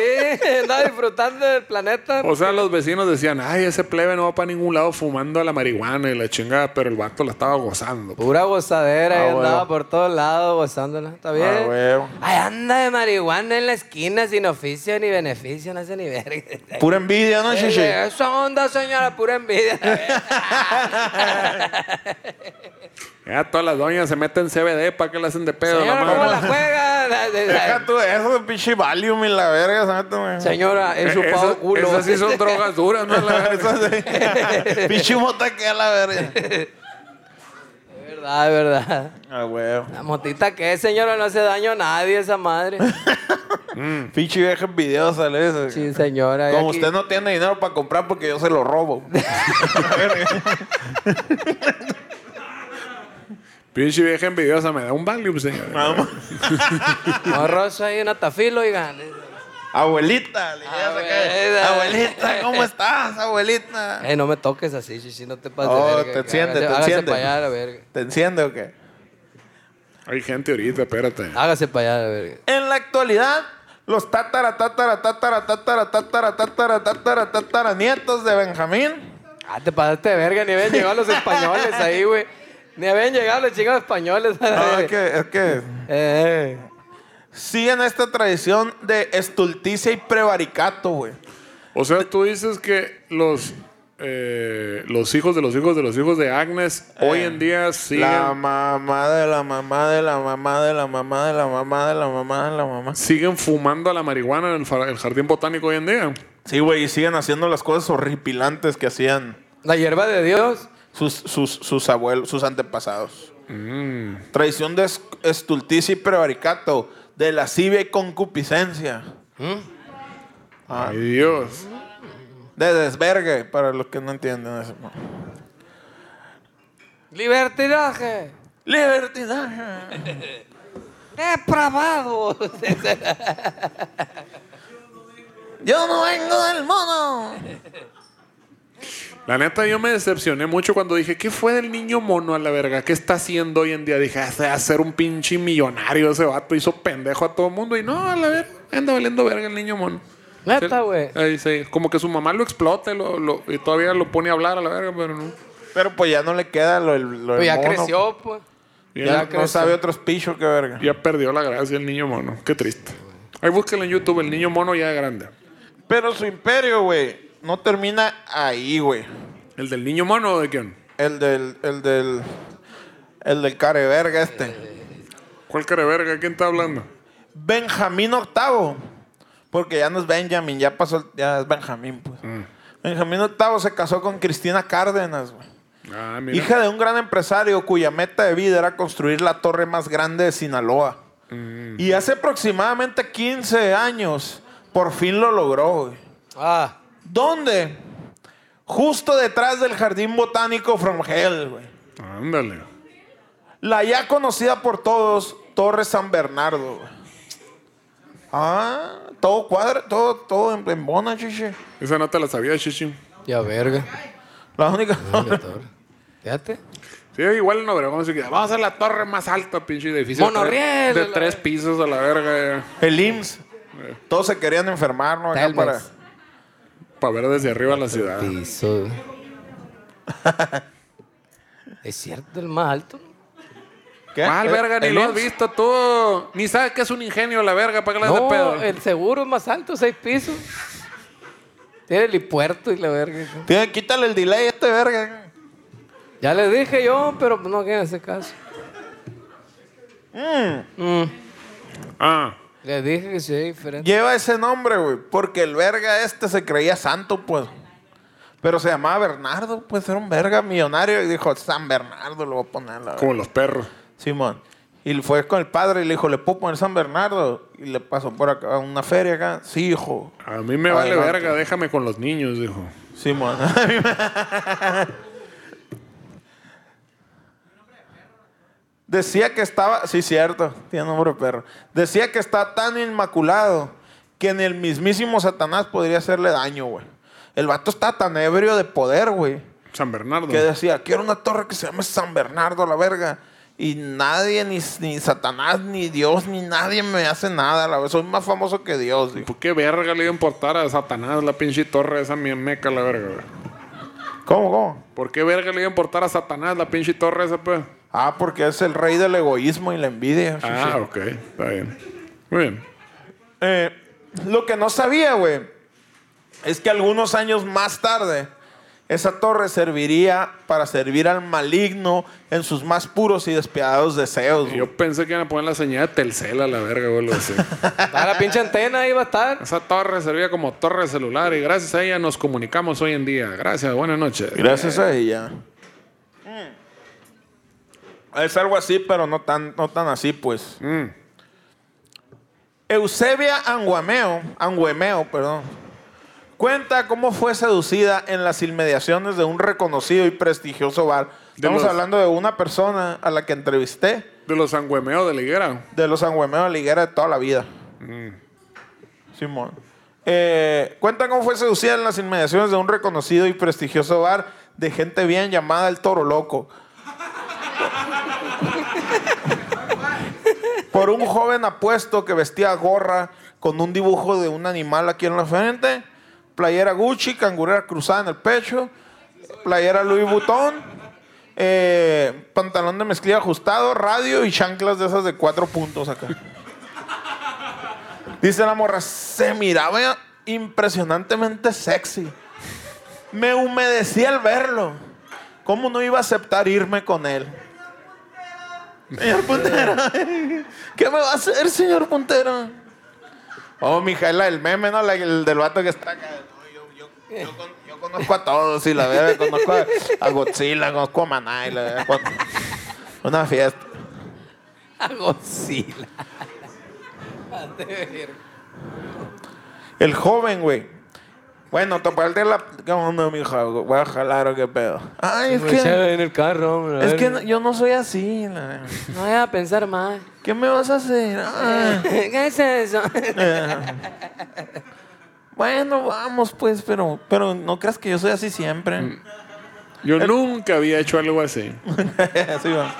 andaba disfrutando del planeta. O sea, los vecinos decían, ay, ese plebe no va para ningún lado fumando a la marihuana y la chingada, pero el vato la estaba gozando. Pura gozadera, Ah, ahí andaba bueno. por todos lados gozándola. ¿Está bien? Ah, huevo. Ay, anda de marihuana en la esquina sin oficio ni beneficio, no hace ni verga. Pura envidia, Eh, ¿no, Shishi? Eso onda, señora, pura envidia. Ya todas las doñas se meten CBD para que la hacen de pedo. señora, la ¿cómo mano. la juega? La- la- la- Deja tú eso de pinche Valium y la verga, ¿sabes? tú, güey? señora, Eh, es chupado esas- culo. Esas sí son drogas duras, ¿no? La verga. Eso sí. Pinche mota que a la verga. Es verdad, es verdad. Ah, huevo. La motita que, señora, no hace daño a nadie esa madre. Pinche vieja envidiosa, le dice. Sí, señora. y Como aquí- usted no tiene dinero para comprar porque yo se lo robo. Pinche vieja envidiosa, me da un Valium, Ah. señora. No, Rosa, hay una tafilo, oigan. Abuelita, le Ah, llega a sacar. Abuelita. Abuelita, ¿cómo estás, abuelita? Ey, no me toques así, chichi, no te pases. de Oh, Eh, pues, verga, te que enciende, hágase- te hágase enciende. pa' allá, la verga. ¿Te enciende o qué? Hay gente ahorita, espérate. Hágase para allá, la verga. En la actualidad, los tatara, tatara, tatara, tatara, tatara, tatara, tatara, tatara, nietos de Benjamín Ah, te pasaste de verga, ni habían llegado los españoles ahí, güey. Ni habían llegado los chingados españoles. a la No, Ah, es verga. que, es que Eh, eh. siguen esta tradición de estulticia y prevaricato, güey. O sea, tú dices que los, eh, los hijos de los hijos de los hijos de Agnes hoy en día siguen, La mamá de la mamá de la mamá de la mamá de la mamá de la mamá de la mamá. siguen fumando a la marihuana en el, fa- el jardín botánico hoy en día. Sí, güey, y siguen haciendo las cosas horripilantes que hacían La hierba de Dios. sus, sus, sus abuelos, sus antepasados. Traición de es- estulticia y prevaricato, de lascivia y concupiscencia, Ah. Ay, Dios. de desvergue, para los que no entienden eso. Libertinaje. Libertinaje. Depravado. Yo no vengo del mono. La neta, yo me decepcioné mucho cuando dije, ¿qué fue del niño mono a la verga? ¿Qué está haciendo hoy en día? Dije, "Ah, se va a hacer un pinche millonario ese vato, hizo pendejo a todo el mundo. Y no, a la verga, anda valiendo verga el niño mono. Neta, güey. Ay, sí. Como que su mamá lo explota y, lo- lo- y todavía lo pone a hablar a la verga, pero no. Pero pues ya no le queda lo, del- lo Pues del ya mono. creció, pues. Ya, ya no creció. sabe otros pichos que verga. Ya perdió la gracia el niño mono. Qué triste. Ahí búsquenlo en YouTube, el niño mono ya grande. Pero su imperio, güey, no termina ahí, güey. ¿El del niño mono o de quién? El del, el del. El del careverga este. ¿Cuál careverga? ¿Quién está hablando? Benjamín Octavo. Porque ya no es Benjamin, ya pasó, el- ya es Benjamín, pues. Benjamín Octavo se casó con Cristina Cárdenas, güey. Ah, mira. Hija de un gran empresario cuya meta de vida era construir la torre más grande de Sinaloa. Y hace aproximadamente 15 años, por fin lo logró, güey. Ah, ¿Dónde? Justo detrás del Jardín Botánico From Hell, güey. Ándale. La ya conocida por todos, Torre San Bernardo. güey. Ah, todo cuadra, todo, todo en, en bona, chiche. Esa no te la sabía, Chichi. ya verga. La única. Fíjate. Sí, igual en Obregón así que vamos a hacer la torre más alta, pinche edificio. de Monorriel, tres- De, la tres verga. pisos a la verga. eh, El IMSS. Todos se querían enfermar, ¿no? Acá para- Telmex. Para ver desde arriba la ciudad. Piso. es cierto, el más alto. ¿Qué? Mal, verga, ni ¿El lo has IMSS? visto tú. Ni sabes que es un ingenio la verga, ¿para qué le haces No, pedo? el seguro es más alto, seis pisos. Tiene el puerto y la verga. Tiene- quítale el delay a este verga. Ya le dije yo, pero no quieren hacer caso. Mm, Ah, Le dije que sea diferente. Lleva ese nombre, güey, porque el verga este se creía santo, pues. Pero se llamaba Bernardo, pues era un verga millonario y dijo, San Bernardo lo voy a poner. La como los perros. Simón. Y fue con el padre y le dijo, ¿le puedo poner San Bernardo? Y le pasó por acá una feria acá. Sí, hijo. A mí me vale Adelante. verga, déjame con los niños, dijo. Simón. Decía que estaba, sí, cierto, tiene nombre de perro. Decía que está tan inmaculado que ni el mismísimo Satanás podría hacerle daño, güey. El vato está tan ebrio de poder, güey, San Bernardo. que decía, quiero una torre que se llame San Bernardo, a la verga. Y nadie, ni, ni Satanás, ni Dios, ni nadie me hace nada, la verga. Soy más famoso que Dios, dijo. ¿Por qué verga le iba a importar a Satanás la pinche torre esa mi meca la verga, güey? ¿Cómo, cómo? ¿Por qué verga le iba a importar a Satanás la pinche torre esa, pues? Ah, porque es el rey del egoísmo y la envidia. Ah, ok, está bien. Muy bien. Eh, lo que no sabía, güey, es que algunos años más tarde, esa torre serviría para servir al maligno en sus más puros y despiadados deseos. güey. Yo pensé que iban a poner la señal de Telcel a la verga, güey. lo sé. Está la pinche antena ahí va a estar. Esa torre servía como torre celular y gracias a ella nos comunicamos hoy en día. Gracias, buenas noches. Gracias a ella. Mm. Es algo así, pero no tan, no tan así, pues. Mm. Eusebia Anguameo, Anguemeo, perdón, cuenta cómo fue seducida en las inmediaciones de un reconocido y prestigioso bar. De Estamos los- hablando de una persona a la que entrevisté, De los sangüemeos de la higuera. de los Anguemeo de la higuera de toda la vida. Simón. Eh, cuenta cómo fue seducida en las inmediaciones de un reconocido y prestigioso bar de gente bien llamada El Toro Loco. por un joven apuesto que vestía gorra con un dibujo de un animal aquí en la frente, playera Gucci, cangurera cruzada en el pecho, playera Louis Vuitton, eh, pantalón de mezclilla ajustado, radio y chanclas de esas de cuatro puntos acá. Dice la morra, se miraba impresionantemente sexy. Me humedecía al verlo. ¿Cómo no iba a aceptar irme con él? Señor Puntero, ¿qué me va a hacer, señor Puntero? Oh, mija, es la del meme, ¿no? La, el del vato que está acá. No, yo, yo- yo con- yo conozco a todos, y la verdad, conozco a, a Godzilla, conozco a Maná, y la verdad, con- una fiesta. A Ah, Godzilla. Ah, de verga. El joven, güey. Bueno, toparte la. ¿Qué onda, mija? Voy a jalar o qué pedo. Ay, es Me echaba que. en el carro, hombre, a Es ver. que no- yo no soy así. la- No voy a pensar más. ¿Qué me vas a hacer? Ah. ¿Qué es eso? Bueno, vamos, pues, pero, pero no creas que yo soy así siempre. Yo nunca había hecho algo así. sí, va.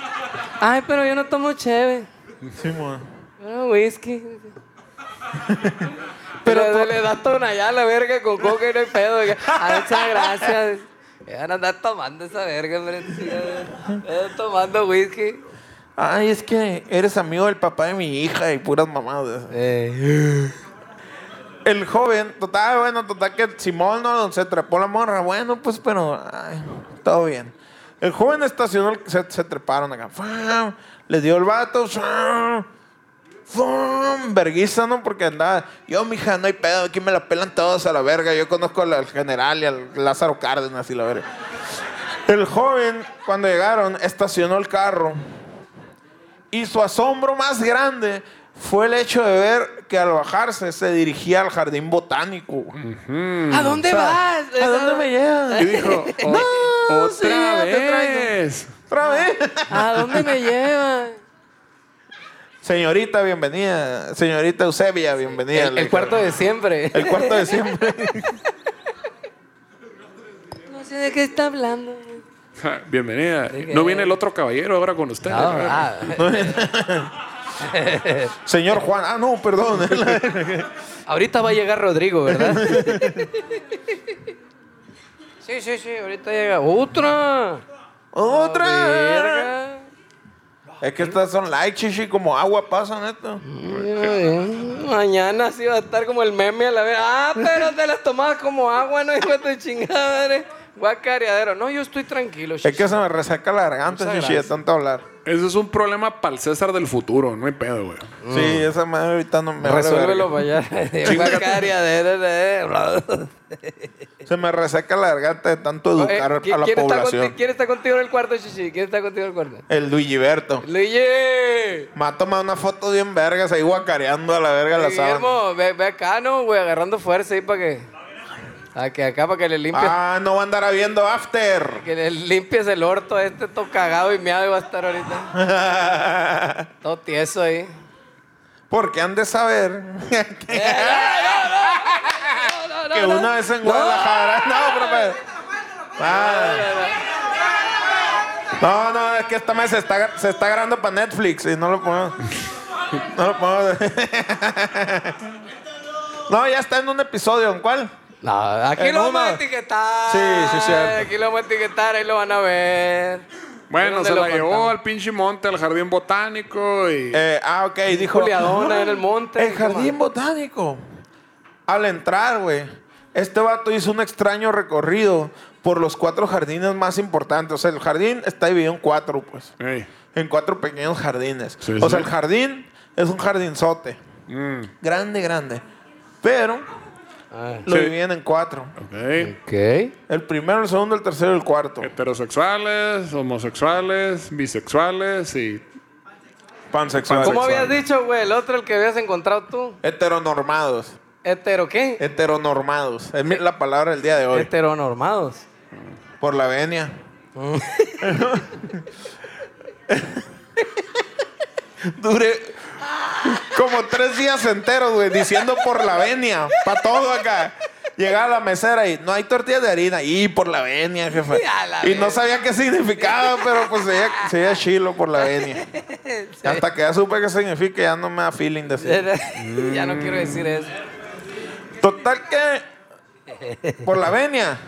Ay, pero yo no tomo cheve. Sí, mo. Yo no whisky. Pero Pero le, por- le das tona ya a la verga con coca y no hay pedo. oiga. Ay, muchas gracias. Me van a andar tomando esa verga, hombre. Sí, a ver. Eh, Tomando whisky. Ay, es que eres amigo del papá de mi hija y puras mamadas. Eh. El joven, total, bueno, total que Simón no se trepó la morra. Bueno, pues, pero ay, todo bien. El joven estacionó, el- se, se treparon acá. ¡Fum! Le dio el vato. ¡fum! ¡Fum! Verguiza, ¿no? Porque andaba. Yo, mija, no hay pedo. Aquí me la pelan todos a la verga. Yo conozco al- al general y al Lázaro Cárdenas y la verga. El joven, cuando llegaron, estacionó el carro. Y su asombro más grande fue el hecho de ver que al bajarse se dirigía al jardín botánico. Mm. ¿A dónde vas? ¿A dónde me llevas? Y dijo, "O- No, otra sí, ya te traigo". vez. Otra vez. ¿A dónde me llevas? Señorita, bienvenida. Señorita Eusebia, bienvenida. El, Le el dijo. cuarto de siempre. El cuarto de siempre. No sé de qué está hablando. Ja, Bienvenida. No viene el otro caballero ahora con usted. No, Ah, ah, Señor Juan. Ah, no, perdón. ahorita va a llegar Rodrigo, ¿verdad? sí, sí, sí, ahorita llega. ¡Otra! Otra. Verga. Es que estas son likes, chichi, como agua pasan esto. Mañana sí va a estar como el meme a la vez. Ah, pero te las tomabas como agua, no hijo de tu chingada madre. Guacareadero. No, yo estoy tranquilo. Es que se me reseca la garganta, Muchas chichi, de gracias. tanto hablar. Eso es un problema para el César del futuro. No hay pedo, güey. Sí, esa madre ahorita no me vale Mm. Resuélvelo verga. para allá. Guacareadero. Se me reseca la garganta de tanto Eh, educar ¿qui- a la ¿quién, está población. conti- quién está contigo en el cuarto, Chichi? ¿Quién está contigo en el cuarto? El Luigiberto. Luigi. Me ha tomado una foto bien vergas ahí guacareando a la verga la sábana. Guillermo, ve, ve acá, ¿no? Güey, agarrando fuerza ahí para que... A que acá, para que le limpies... Ah, no va a andar habiendo after. Que le limpies el orto a este todo cagado y meado y va a estar ahorita. Todo tieso ahí. Porque han de saber que una vez en Guadalajara. No, pues, profe. Ah. No, no, es que esta mes se está, se está grabando para Netflix y no lo pongo. No lo pongo. No, ya está en un episodio. ¿En cuál? No, aquí En lo vamos una. a etiquetar. Sí, sí, cierto. Aquí lo vamos a etiquetar, ahí lo van a ver. Bueno, ¿Dónde se lo la llevó contamos? al pinche monte, al jardín botánico y... Eh, ah, ok, dijo. Juliadona en el monte. El jardín botánico. Al entrar, güey, este vato hizo un extraño recorrido por los cuatro jardines más importantes. O sea, el jardín está dividido en cuatro, pues. Ey. En cuatro pequeños jardines. Sí, o sí. sea, el jardín es un jardinzote. Mm, Grande, grande. Pero Ah, lo Sí. dividían en cuatro. ok. ok. El primero, el segundo, el tercero y el cuarto. Eh, Heterosexuales, homosexuales, bisexuales y... Pansexuales. ¿Cómo habías Sexual. dicho, güey? El otro, el que habías encontrado tú. Heteronormados. ¿Hetero qué? Heteronormados. Es mi- la palabra del día de hoy. Heteronormados. Por la venia. Duré como tres días enteros, güey, diciendo por la venia, para todo acá. Llegaba a la mesera y no hay tortillas de harina. Y por la venia, jefe. A la Y no vez. sabía qué significaba, pero pues sería, sería chilo por la venia. Hasta que ya supe qué significa, ya no me da feeling decir. ya no quiero decir eso. Total que por la venia.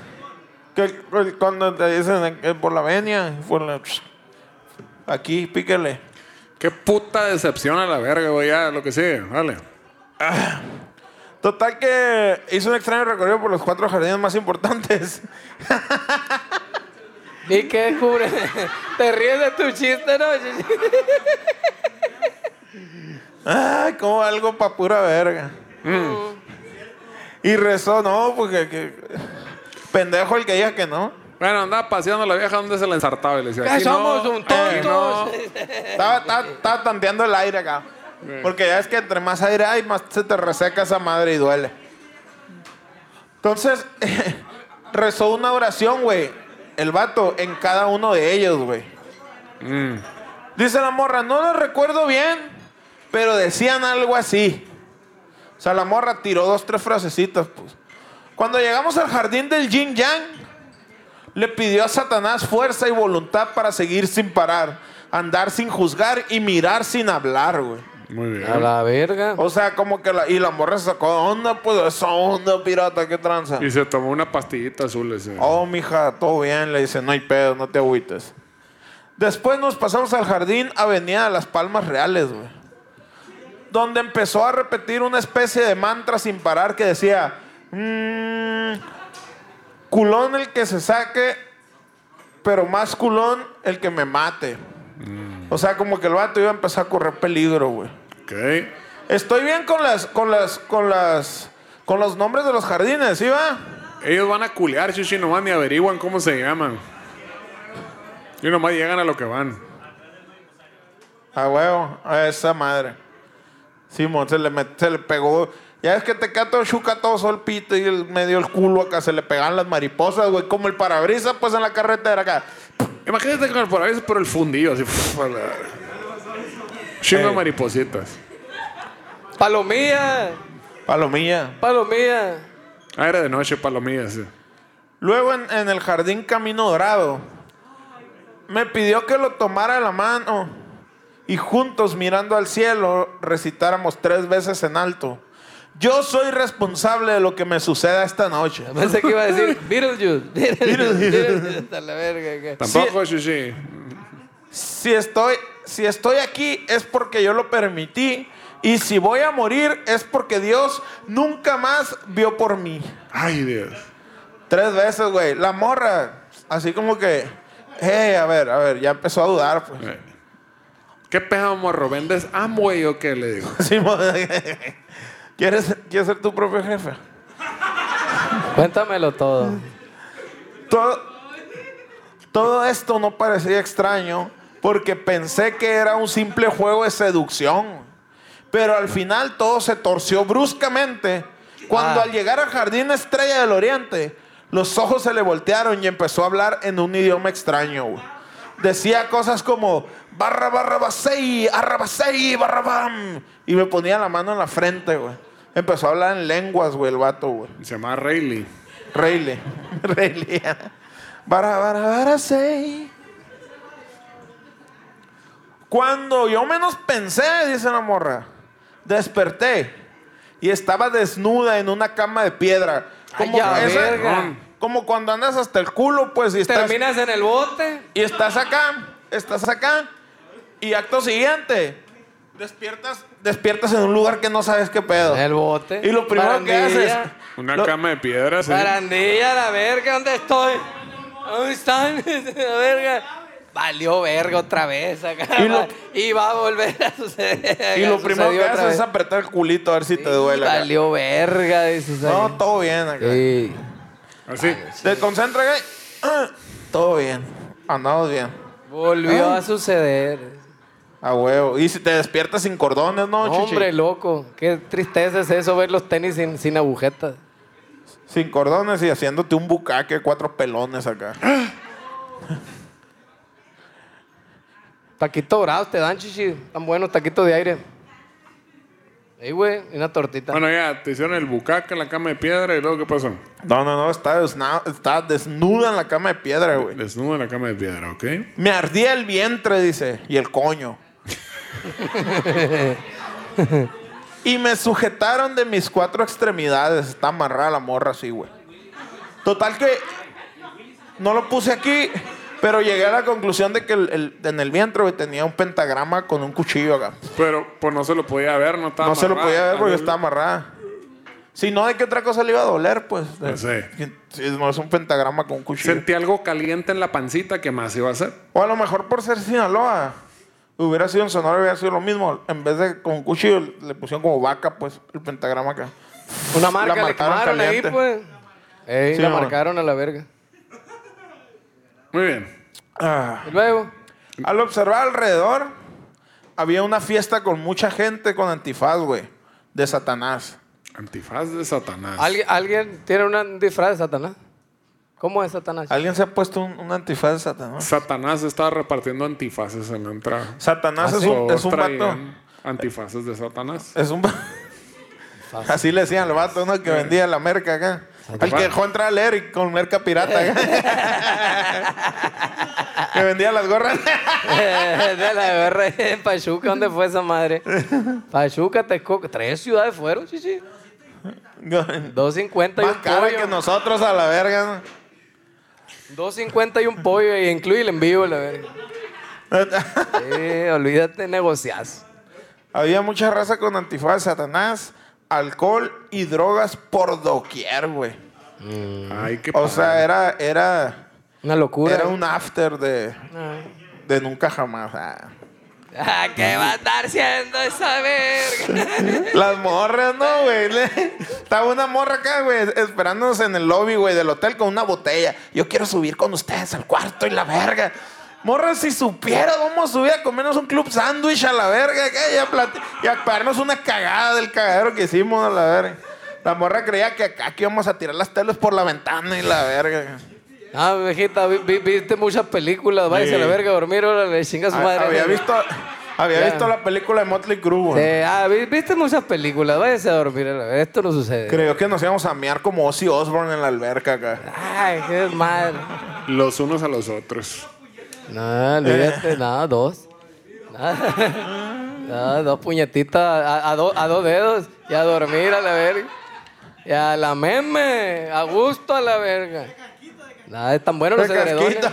Que el- el- cuando te dicen que por la venia, por la- aquí píquele. Qué puta decepción a la verga, güey. Ya, lo que sigue. Dale. Total que hizo un extraño recorrido por los cuatro jardines más importantes. ¿Y qué cubre? Te ríes de tu chiste, ¿no? Ay, como algo pa' pura verga. Y rezó, no, porque que- pendejo el que diga que no. Bueno, andaba paseando la vieja donde se la ensartaba y le decía... ¿Qué "Aquí no, somos un aquí no". tontos? Estaba, estaba- estaba tanteando el aire acá. Porque ya es que entre más aire hay, más se te reseca esa madre y duele. Entonces, rezó una oración, güey. El vato en cada uno de ellos, güey. Dice la morra, no lo recuerdo bien, pero decían algo así. O sea, la morra tiró dos, tres frasecitas, pues. Cuando llegamos al jardín del Yin Yang, le pidió a Satanás fuerza y voluntad para seguir sin parar, andar sin juzgar y mirar sin hablar, güey. Muy bien. A la verga. O sea, como que la, y la morra se sacó onda, pues esa onda, pirata, qué tranza. Y se tomó una pastillita azul ese. Oh, mija, todo bien, le dice, no hay pedo, no te agüites. Después nos pasamos al jardín Avenida de las Palmas Reales, güey. Donde empezó a repetir una especie de mantra sin parar que decía, "Mm, mmm, culón el que se saque, pero más culón el que me mate. O sea, como que el vato iba a empezar a correr peligro, güey. Ok. Estoy bien con las, con las, con las, con los nombres de los jardines, ¿sí va? Ellos van a culear, chichi, nomás ni averiguan cómo se llaman. Y nomás llegan a lo que van. A huevo, a esa madre. Simón se le, met- se le pegó. Ya es que te cato chuca todo sol pito y el, medio el culo acá se le pegan las mariposas, güey, como el parabrisas, pues en la carretera acá. Imagínate con el parabrisas por el fundillo, así. pf, a la- Chingo de Ey. maripositas. Palomía, Palomilla. palomía. Ah, era de noche, palomillas. sí. Luego en, en el jardín Camino Dorado, me pidió que lo tomara de la mano y juntos mirando al cielo recitáramos tres veces en alto. Yo soy responsable de lo que me suceda esta noche. Pensé que iba a decir Beetlejuice. Beetlejuice. Beetlejuice. Hasta la verga. acá. Tampoco, chichi. Si estoy, si estoy aquí es porque yo lo permití. Y si voy a morir es porque Dios nunca más vio por mí. Ay, Dios. Tres veces, güey. La morra, así como que, hey, a ver, a ver, ya empezó a dudar, pues. Eh. ¿Qué pedo, morro? ¿Vendes Amway o qué? Le digo. Sí, mo- ¿Quieres, ¿Quieres ser tu propio jefe? Cuéntamelo todo. Todo, todo esto no parecía extraño porque pensé que era un simple juego de seducción. Pero al final todo se torció bruscamente cuando Ah. al llegar al jardín Estrella del Oriente, los ojos se le voltearon y empezó a hablar en un idioma extraño. güey. Decía cosas como barra barra basei, arra basei, barra bam. Y me ponía la mano en la frente, güey. Empezó a hablar en lenguas, güey, el vato, güey. Se llama Rayleigh. Rayleigh. Rayleigh. Bara, bara, bara, say. Cuando yo menos pensé, dice la morra, desperté y estaba desnuda en una cama de piedra. Como, Ay, ya, esa- verga. como cuando andas hasta el culo, pues, y estás, Terminas en el bote. y estás acá, estás acá, y acto siguiente, despiertas, despiertas en un lugar que no sabes qué pedo. En el bote. Y lo primero que Barandilla. haces... Una lo- cama de piedras. sí. Barandilla, la verga, ¿dónde estoy? ¿Dónde están? la verga. Valió verga otra vez acá. Y lo- Y va a volver a suceder. Y lo Sucedió primero que otra haces vez. es apretar el culito a ver si te duele. acá. Valió verga, dices. No, ahí. todo bien acá. Sí. Así. Te concentra, güey. Ah, Todo bien. Andamos bien. Volvió Ay. a suceder. A huevo. Y si te despiertas sin cordones, ¿no, chichi? Hombre, loco. Qué tristeza es eso ver los tenis sin, sin agujetas. Sin cordones y haciéndote un bucaque de cuatro pelones acá. Taquitos dorados te dan, chichi. Tan buenos taquitos de aire. Ey, güey, y una tortita. Bueno, ya, te hicieron el bucaque en la cama de piedra y luego, ¿qué pasó? No, no, no. Está, desna- está desnuda en la cama de piedra, güey. Desnudo en la cama de piedra, ¿ok? Me ardía el vientre, dice. Y el coño. y me sujetaron de mis cuatro extremidades. Está amarrada la morra así, güey. Total que no lo puse aquí, pero llegué a la conclusión de que el- el- en el vientre güey, tenía un pentagrama con un cuchillo acá. Pero, pues no se lo podía ver, no estaba no se lo amarrado. podía ver porque Ah, estaba amarrada. Si no, ¿de qué otra cosa le iba a doler? Pues No sé. Sí, no es un pentagrama con un cuchillo. Sentí algo caliente en la pancita, ¿qué más iba a hacer? O a lo mejor por ser Sinaloa, hubiera sido en Sonora, hubiera sido lo mismo. En vez de con un cuchillo, le pusieron como vaca, pues, el pentagrama acá. Una marca La le marcaron quemaron caliente. ahí, pues. Ey, Sí, la mamá. marcaron a la verga. Muy bien. Ah. Y luego, Al observar alrededor, había una fiesta con mucha gente con antifaz, güey, de Satanás. Antifaz de Satanás. ¿alguien, alguien tiene una- un disfraz de Satanás? ¿Cómo es Satanás? ¿Alguien se ha puesto un, un antifaz de Satanás? Satanás estaba repartiendo antifaces en la entrada. Satanás es, Por un, favor, es un vato. traigan Antifaces de Satanás. Es un va- Así le decían al vato, ¿no? Que vendía la merca acá. Al que dejó entrar al Eric con merca pirata acá. que vendía las gorras. de la guerra en Pachuca, ¿dónde fue esa madre? Pachuca, Texcoco, tres ciudades fueron, chichi. Más 250 y un cara que pollo. nosotros a la verga. 250 y un pollo, y incluye el envío, la verga. ¿no? Sí, olvídate, negociazo. Había mucha raza con antifaz, Satanás, alcohol y drogas por doquier, güey. Ay, qué Eh, O padre. sea, era, era, Una locura. Era un after de, de nunca jamás. ah. Ah, ¿Qué va a estar haciendo esa verga? Las morras, no, güey. Le- Estaba una morra acá, güey, esperándonos en el lobby, güey, del hotel con una botella. Yo quiero subir con ustedes al cuarto y la verga. Morra, si supiera, vamos a subir a comernos un club sándwich a la verga acá y a, plati- y a pagarnos una cagada del cagadero que hicimos a la verga. La morra creía que acá que íbamos a tirar las teles por la ventana y la verga. Ah, viejita, vi- vi- viste muchas películas. Váyase a la verga a dormir, órale, chinga su Ha- Pues, madre. Ah, Eh, había visto, había Ya. visto la película de Motley Crue, güey. Sí, ah, vi- viste muchas películas. Váyase a dormir, a la verga. Esto no sucede. Creyó que nos íbamos a mear como Ozzy Osbourne en la alberca acá. Ay, qué madre. Los unos a los otros. No, olvídate, nada, dos. Nada, dos puñetitas a, a do- a dos dedos y a dormir a la verga. Y a la meme, a gusto a la verga. Nada, es tan bueno los De casquito. edredones.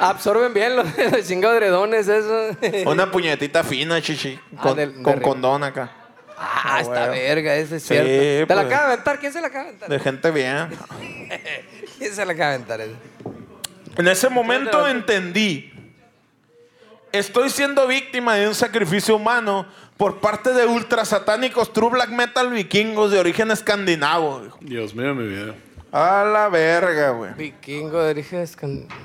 Absorben bien los, los chingados edredones, eso. Una puñetita fina, chichi. Ah, Con, del- con de- condón acá. Ah, esta bueno. verga, ese es Sí, cierto. ¿Te la pues. acaba de aventar? ¿Quién se la acaba de aventar? De gente bien. ¿Quién se la acaba de aventar? ese? En ese momento entendí. Estoy siendo víctima de un sacrificio humano por parte de ultrasatánicos true black metal vikingos de origen escandinavo. dijo. Dios mío, mi vida. A la verga, güey. Vikingo de origen escandinavo.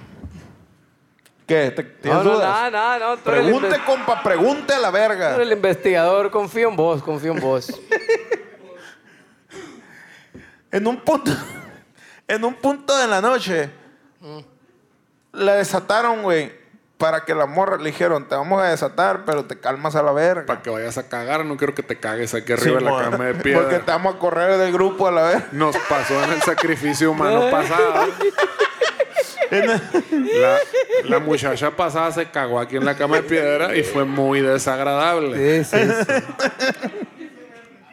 ¿Qué? ¿Te- No, ¿Tienes no, dudas? no, no, no. Tú eres el Pregunte, inves- compa, pregunte a la tú eres verga. el investigador, confío en vos, confío en vos. En un punto, en un punto de la noche, la desataron, güey. Para que la morra le dijeron, te vamos a desatar, pero te calmas a la verga. Para que vayas a cagar, no quiero que te cagues aquí arriba de la Simón. cama de piedra. Porque te vamos a correr del grupo a la vez. Nos pasó en el sacrificio humano pasado. La, la muchacha pasada se cagó aquí en la cama de piedra y fue muy desagradable. Sí, sí, sí.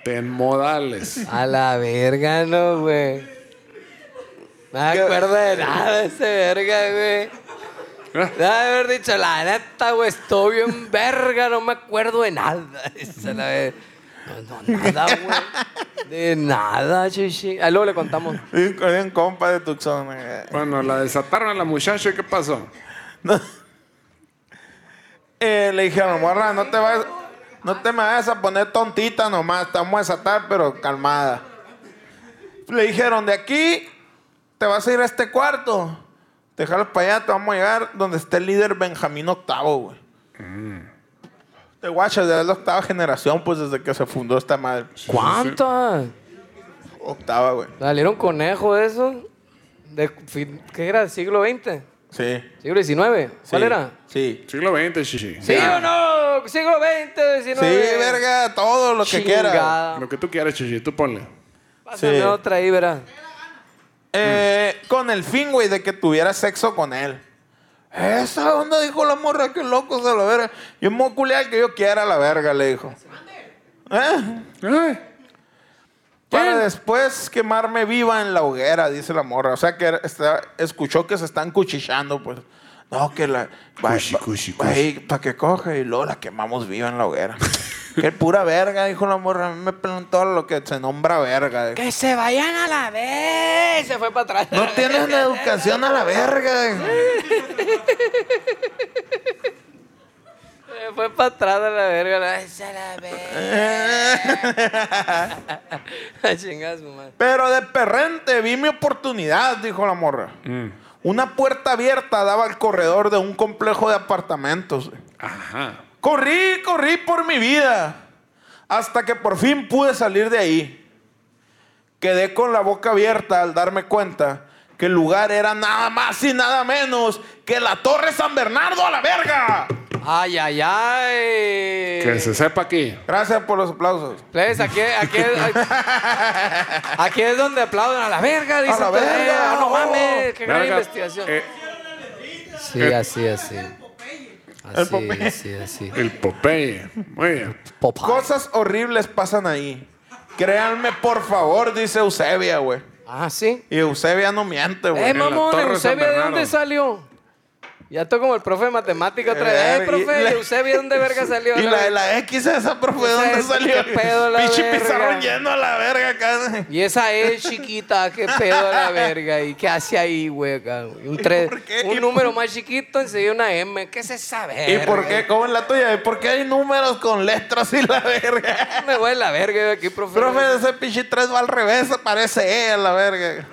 Ten modales. A la verga, no, güey. No me acuerdo de nada de ese verga, güey. De haber dicho, la neta, güey, estoy bien verga, no me acuerdo de nada. Esa la ver- No, no, nada, güey. De nada, chichi. Ah, luego le contamos. Era un compa de Tucson. eh. Bueno, la desataron a la muchacha y ¿qué pasó? Eh, le dijeron, morra, no te vas, no te me vayas a poner tontita nomás, te vamos a desatar, pero calmada. Le dijeron, de aquí te vas a ir a este cuarto. Te jalas para allá, te vamos a llegar donde esté el líder Benjamín Octavo, güey. Te guachas, de la octava generación, pues desde que se fundó esta madre. ¿Cuántas? Octava, güey. ¿Salieron conejo de eso? De, fin- ¿Qué era? ¿Siglo XX? Sí. ¿Siglo XIX? ¿Cuál Sí. era? Sí. Siglo XX, chichi. ¿Sí o no? ¿Siglo XX? XIX? Sí, verga, todo lo que quieras. Chingada. Lo que tú quieras, chichi, tú ponle. Pásame Sí. otra ahí, verá. Eh, Con el fin, güey, de que tuviera sexo con él. Esa onda dijo la morra, qué loco se la verga. Yo me voy a culear al que yo quiera la verga, le dijo. ¿Eh? Para después quemarme viva en la hoguera, dice la morra. O sea que era- está- escuchó que se están cuchichando, pues. No, que la. Cuchi, cuchi, cuchi. para que coge y luego la quemamos viva en la hoguera. que pura verga, dijo la morra. A mí me preguntó lo que se nombra verga. dijo. Que se vayan a la vez. Se fue para atrás. No tienes una educación a la verga. dijo. Se fue para atrás a la verga. La vez a la vez. Chingas, mamá. Pero de perrente vi mi oportunidad, dijo la morra. Una puerta abierta daba al corredor de un complejo de apartamentos. Ajá. Corrí, corrí por mi vida. Hasta que por fin pude salir de ahí. Quedé con la boca abierta al darme cuenta que el lugar era nada más y nada menos que la Torre San Bernardo a la verga. Ay, ay, ay. Que se sepa aquí. Gracias por los aplausos. Plebes, Pues, aquí, aquí, aquí, aquí es donde aplauden a la verga, dicen. la pues, verga, eh, no oh. mames, qué gran Verga, investigación. eh, sí, así, así. Así, Popeye. así, así. el Popeye. Muy bien. Popeye. Cosas horribles pasan ahí. Créanme, por favor, dice Eusebia, güey. Ah, sí. Y Eusebia no miente, güey. Eh, la mamón, Torre San Eusebia, ¿de Bernardo. dónde salió? Ya estoy como el profe de matemática otra Verga, vez. Ay, y la- profe, Eusebio, ¿dónde verga salió? Y la de verga? la X esa, profe, ¿de dónde Esa, salió? qué pedo, la Pinche verga. pizarrón lleno a la verga acá. Y esa es chiquita, qué pedo a la verga. ¿Y qué hace ahí, güey? acá, güey? Un, tres, por qué? ¿Y un número más chiquito, enseguida una M. ¿Qué se sabe? ¿Y por qué? ¿Cómo es la tuya? ¿Y por qué hay números con letras y la verga? Me voy a la verga de aquí, profe. Profe, ese pinche 3 va al revés, parece E a la verga.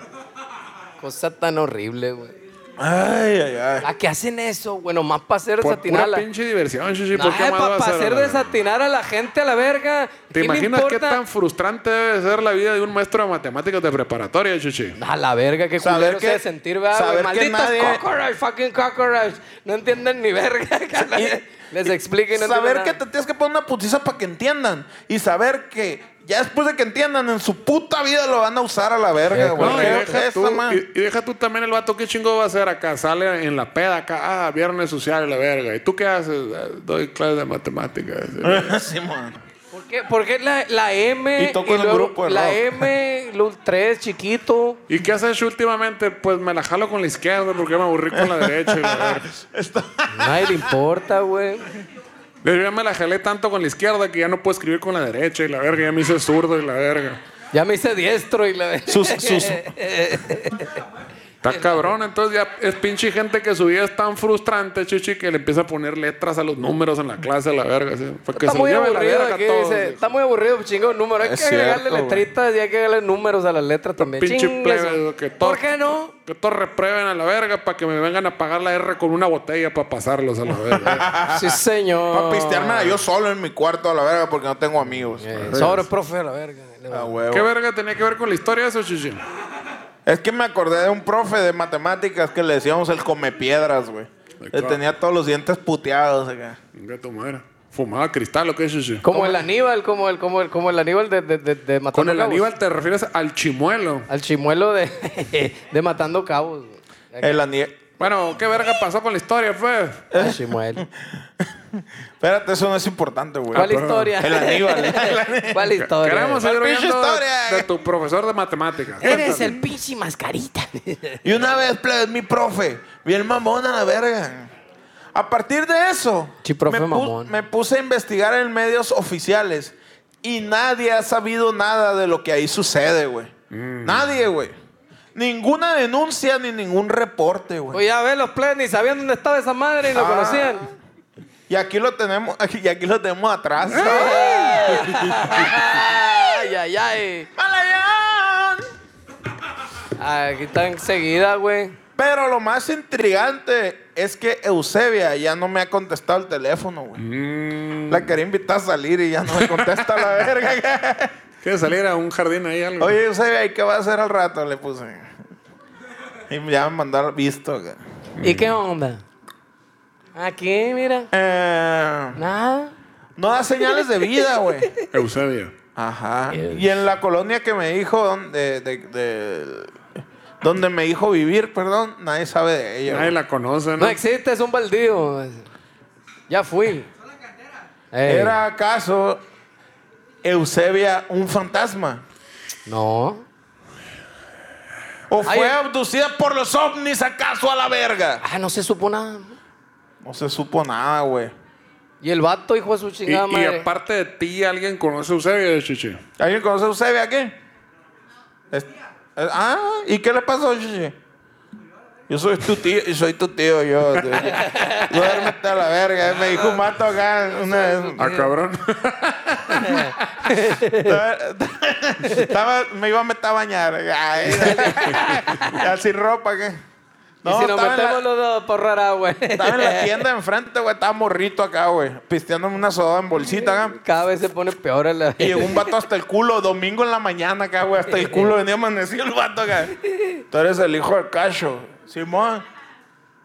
Cosa tan horrible, güey. Ay, ay, ay. ¿A qué hacen eso, güey? Nomás para hacer Por pura desatinar a la... pinche diversión, Shishi. ¿Por qué más va para a ser, hacer la verga? desatinar a la gente a la verga. ¿Te ¿Qué le imaginas qué importa? tan frustrante debe ser la vida de un maestro de matemáticas de preparatoria, Chichi? A la verga, qué Saber culero que- se debe sentir, ¿verdad, güey? saber que Malditos nadie- cockroach, fucking cockroach. No entienden ni verga. Les explico y no saber entienden que nada. te tienes que poner una putiza para que entiendan. Y saber que ya después de que entiendan, en su puta vida lo van a usar a la verga, Sí, güey. No, y ¿Qué deja, es tú, esa, man? y- y deja tú también el vato, ¿qué chingo va a hacer acá? Sale en la peda acá, ah, viernes social, la verga. ¿Y tú qué haces? "Ah, Doy clases de matemáticas. Sí, man. ¿Por qué, por qué la, la M Y toco en un luego grupo de la rock. M, Lul 3, chiquito? ¿Y qué has hecho últimamente? Pues me la jalo con la izquierda porque me aburrí con la derecha. y la verga. Nadie le importa, güey. Yo ya me la jalé tanto con la izquierda que ya no puedo escribir con la derecha y la verga. Ya me hice zurdo y la verga. Ya me hice diestro y la Sus- sus- Está cabrón, entonces ya es pinche gente que su vida es tan frustrante, chichi, que le empieza a poner letras a los números en la clase, a la verga. así, para que Está se lo muy lleve la aburrido verga aquí, a todos. dice. Está muy aburrido, chingo, número. Hay Es que agregarle cierto, güey. letritas y hay que agregarle números a las letras también. pinche Chingue plebe, su- que todo- ¿Por qué no? Que todos reprueben a la verga para que me vengan a pagar la R con una botella para pasarlos a la verga. Sí, señor. Para este pisteármela Ah. yo solo en mi cuarto a la verga porque no tengo amigos. Eh, Sobre, profe, a la verga. Ah, huevo. ¿Qué verga tenía que ver con la historia eso, chichi? Es que me acordé de un profe de matemáticas que le decíamos el come piedras, güey. Le claro. tenía todos los dientes puteados acá. Venga, tu madre. Fumaba cristal o qué, chichi. Como el Aníbal, como el, como el, como el Aníbal de, de, de, de Matando Con el Cabos. Aníbal te refieres al chimuelo. Al chimuelo de, de Matando Cabos. güey. El anie- Bueno, ¿qué verga pasó con la historia, pues? Al chimuelo. Espérate, eso no es importante, güey. ¿Cuál historia? El Aníbal. El ¿eh? Aníbal. ¿Cuál historia? Queremos seguir pinche oyendo historia? eh. de, de tu profesor de matemáticas. Eres el pinche mascarita. Y una vez, plebes, mi profe, bien mamón a la verga. A partir de eso, Sí, profe me, mamón. me puse a investigar en medios oficiales y nadie ha sabido nada de lo que ahí sucede, güey. Nadie, güey. Ninguna denuncia ni ningún reporte, güey. Oye, a ver, los plebes ni sabían dónde estaba esa madre y lo Ah. conocían. Y aquí lo tenemos, aquí- y aquí lo tenemos atrás. ay, ay, ay. ¡Malayán! Aquí están seguida, güey. Pero lo más intrigante es que Eusebia ya no me ha contestado el teléfono, güey. Mm. La quería invitar a salir y ya no me contesta la verga. ¿Quieres salir a un jardín ahí algo? Oye, Eusebia, ¿y qué va a hacer al rato? Le puse. Y ya me mandaron visto. güey. ¿Y qué onda? Aquí, mira. Eh, Nada. no da señales de vida, güey. Eusebio. Ajá. Y en la colonia que me dijo, donde, de- de- donde me dijo vivir, perdón, nadie sabe de ella. Nadie güey. la conoce, ¿no? No existe, es un baldío. Ya fui. Ey, ¿Era acaso Eusebia un fantasma? No. ¿O fue Ay, eh. abducida por los ovnis acaso a la verga? Ah, no se supo nada. No se supo nada, güey. Y el vato, hijo de su y, chingada y madre. aparte de ti, ¿alguien conoce a Eusebio, Chichi? ¿Alguien conoce a Eusebia aquí? Es- es- ah, ¿y qué le pasó, Chichi? Yo soy tu tío, y soy tu tío, yo. tú- Duérmete a la verga. eh, Me dijo un mato acá una Ah, vez. cabrón. Estaba- me iba a meter a bañar. eh, Ay, ya sin ropa, ¿qué? y si nos estaba en la- metemos los dos por rara, güey. Estaba en la tienda enfrente, güey. Estaba morrito acá, güey. Pisteándome una soda en bolsita acá. Cada vez se pone peor en la Y llegó un vato hasta el culo, domingo en la mañana acá, güey. Hasta el culo venía amanecido el vato acá. Tú eres el hijo de Cacho. Simón,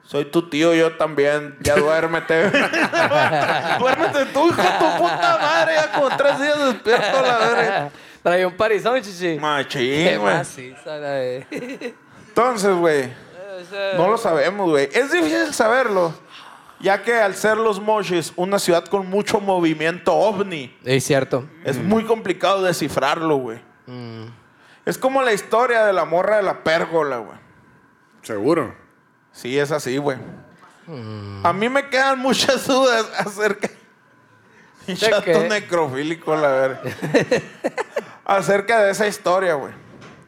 soy tu tío, yo también. Ya duérmete. duérmete tú, hijo de tu puta madre. Ya como tres días despierto, la verga. Trae un parizón, chichi. Qué Machín, güey. maciza, la de. Entonces, güey, no lo sabemos, güey. Es difícil saberlo, ya que al ser Los Mochis una ciudad con mucho movimiento ovni, Es cierto. es Mm. muy complicado descifrarlo, güey. Es como la historia de la morra de la pérgola, güey. Seguro. Sí, es así, güey. Mm. A mí me quedan muchas dudas acerca. Chato qué? necrofílico, la verga. acerca de esa historia, güey.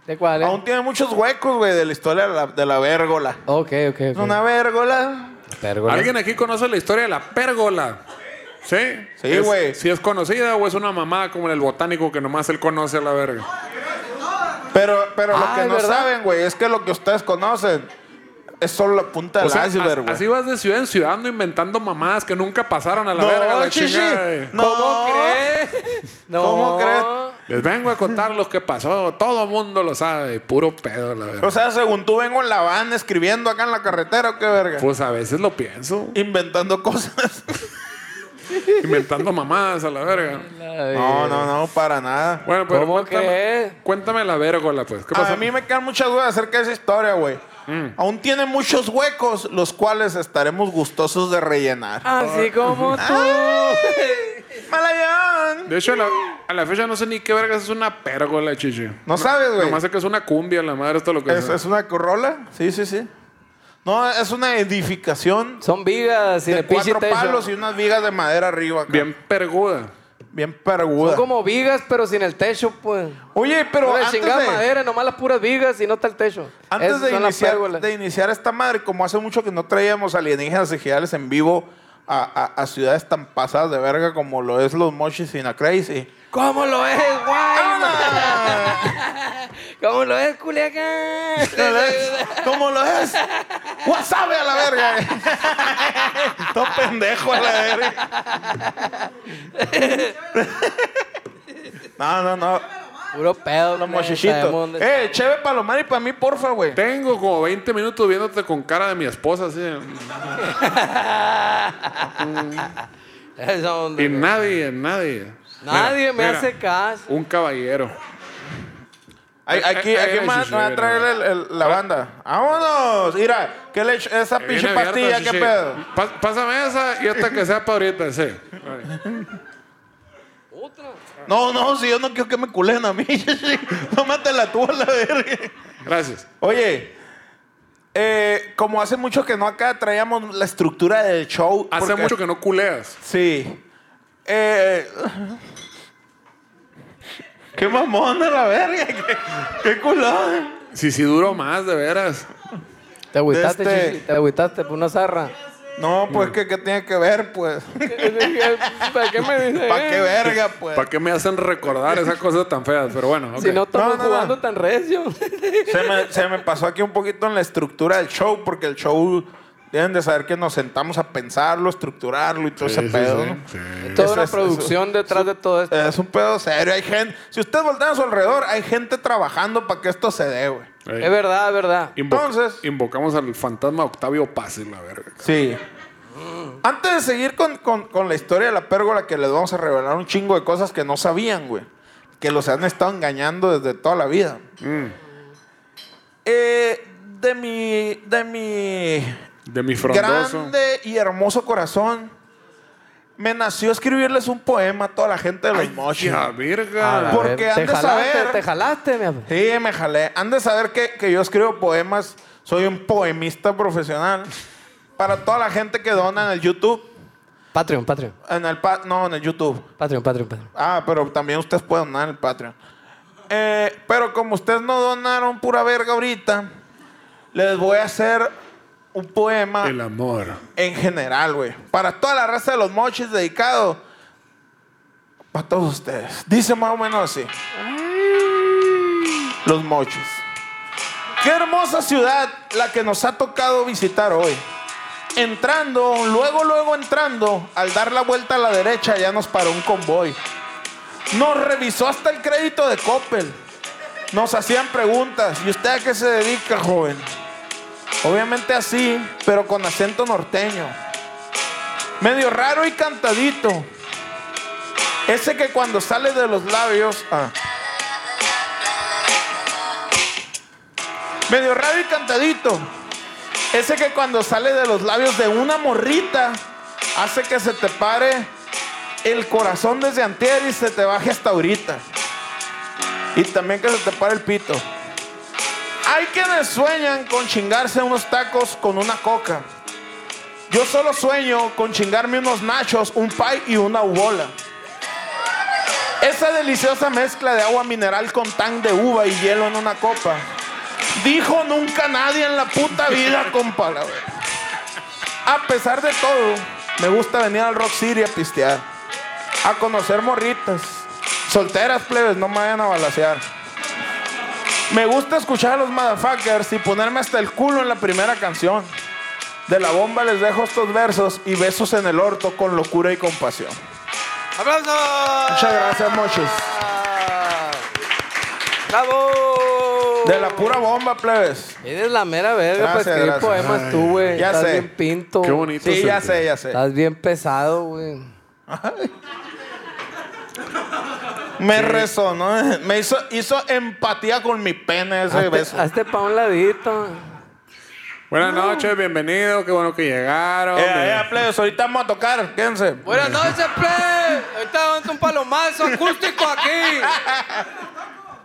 ¿De cuál? eh? Aún tiene muchos huecos, güey, de la historia de la, de la vérgola. Ok, ok, Es ok. una vérgola. Pérgola. ¿Alguien aquí conoce la historia de la pérgola? ¿Sí? Sí, Es- güey. Si es conocida o es una mamá como en el botánico que nomás él conoce a la verga. Pero, pero Ah, lo que es no verdad. saben, güey, es que lo que ustedes conocen es solo la punta O del sea, iceberg, a- güey. así vas de ciudad en ciudad ando inventando mamás que nunca pasaron a la No, verga. La chichi. chingada, eh. No. ¿Cómo crees? No. ¿Cómo crees? Les vengo a contar lo que pasó. Todo mundo lo sabe. Puro pedo, la verga. O sea, según tú vengo en la van escribiendo acá en la carretera o qué verga. pues a veces lo pienso. Inventando cosas. inventando mamadas a la verga. Ay, no, no, no, para nada. Bueno, pero ¿Cómo cuéntame, crees? cuéntame la vergola, pues. ¿Qué pasó? A mí me quedan muchas dudas acerca de esa historia, güey. Aún tiene muchos huecos, los cuales estaremos gustosos de rellenar. Ah. Así como Ah. tú. ¡Malayón! De hecho, a la, a la fecha no sé ni qué vergas es una pérgola, chiche. No sabes, güey. Nomás sé que es una cumbia, la madre, esto lo que ¿Es, es una corrola? Sí, sí, sí. No, es una edificación Son vigas y de de pinche cuatro techo. palos y unas vigas de madera arriba. acá. Bien perguda. Bien Son perguda. como vigas, pero sin el techo, pues. Oye, pero Pero de antes chingada de, madera, nomás las puras vigas y no está el techo. antes Esas de son las iniciar, pérgolas. de iniciar esta madre, como hace mucho que no traíamos alienígenas ejidales en vivo a, a- a ciudades tan pasadas de verga como lo es los Mochis y la Crazy. ¡Ah! ¿Cómo lo es, guay? ¿Cómo lo es, Culiacán? ¿Cómo lo es? ¡Wasabe a la verga! Todo pendejo a la verga. No, no, no. Puro Los pedo, pues, sabemos mochichitos. dónde Eh, Cheve Palomar y para mí, porfa, güey. Tengo como 20 minutos viéndote con cara de mi esposa, así. Esa onda, Y güey. nadie, nadie. Mira, Nadie me mira, hace caso. Un caballero. Ay, Ay, Aquí, ay, aquí ay, me va- Shishi, me va a mira. traer el- el- la banda. ¡Vámonos! Mira, ¿qué le echo- esa pinche Viene abierta, pastilla, qué chiche. pedo. Pa- pásame esa y hasta que sea para ahorita, sí. Vale. No, no, si yo no quiero que me culen a mí, Shishi. Tómate la tuya, la verga. Gracias. Oye, eh, como hace mucho que no acá traíamos la estructura del show. Hace porque- mucho que no culeas. Sí. Eh, qué mamón de la verga. Qué, qué culón. Sí, sí duró más, de veras. Te agüitaste, Este- Chichi, te agüitaste por una zarra. No, pues que, que tiene que ver, pues. ¿Para qué me dices? ¿Para qué verga, pues? ¿Para qué me hacen recordar esas cosas tan feas? Pero bueno, ok. Si no estamos No, no, no. jugando tan recio. Se me, se me pasó aquí un poquito en la estructura del show, porque el show deben de saber que nos sentamos a pensarlo, estructurarlo y todo Sí, ese sí, pedo. sí, ¿no? sí. Toda Es- una es- producción detrás de todo esto. Es un pedo serio. Hay gente. Si usted voltea a su alrededor, hay gente trabajando para que esto se dé, güey. Ey. Es verdad, es verdad. Eh, Invoca- Entonces- invocamos al fantasma Octavio Paz y la verga. Sí. Antes de seguir con, con- con la historia de la pérgola, que les vamos a revelar un chingo de cosas que no sabían, güey. Que los han estado engañando desde toda la vida. Mm. Eh, de mi. De mi. De mi frondoso. grande y hermoso corazón. Me nació escribirles un poema a toda la gente de los Mochis. Ya, A verga. la ah, Porque ver- han te de jalaste, saber- te jalaste, mi amor. Sí, me jalé. Han de saber que, que yo escribo poemas. Soy un poemista profesional. Para toda la gente que dona en el YouTube. Patreon, Patreon. En el pa- no, en el YouTube. Patreon, Patreon, Patreon. Ah, pero también ustedes pueden donar en el Patreon. Eh, pero como ustedes no donaron pura verga ahorita, les voy a hacer un poema El amor. en general, güey. Para toda la raza de los mochis dedicado. Para todos ustedes. Dice más o menos así. Los mochis. Qué hermosa ciudad la que nos ha tocado visitar hoy. Entrando, luego, luego entrando, al dar la vuelta a la derecha ya nos paró un convoy. Nos revisó hasta el crédito de Coppel. Nos hacían preguntas. ¿Y usted a qué se dedica, joven? Obviamente así, pero con acento norteño. Medio raro y cantadito. Ese que cuando sale de los labios. ah. Medio raro y cantadito. Ese que cuando sale de los labios de una morrita hace que se te pare el corazón desde antier y se te baje hasta ahorita. Y también que se te pare el pito. Hay quienes sueñan con chingarse unos tacos con una coca. Yo solo sueño con chingarme unos nachos, un pie y una ubola. Esa deliciosa mezcla de agua mineral con tan de uva y hielo en una copa. Dijo nunca nadie en la puta vida, compa. la verdad. A pesar de todo, me gusta venir al Rock City a pistear. A conocer morritas. Solteras plebes, no me vayan a balasear. Me gusta escuchar a los motherfuckers y ponerme hasta el culo en la primera canción. De la bomba les dejo estos versos y besos en el orto con locura y compasión. ¡Aplausos! Muchas gracias, Mochis. ¡Bravo! De la pura bomba, plebes. Eres la mera verga pues, Gracias, para escribir gracias. poemas tú, güey. ya Estás sé. bien pinto. Qué bonito. Sí, es ya el- sé, ya sé. Estás bien pesado, güey. Me resonó, eh. me hizo, hizo empatía con mi pene ese beso. Hazte, hazte pa' un ladito. Buenas Ah. noches, bienvenido, qué bueno que llegaron. Eh, Mira. eh, plebes, ahorita vamos a tocar, quédense. Buenas noches, plebe. Ahorita vamos un palomazo acústico aquí.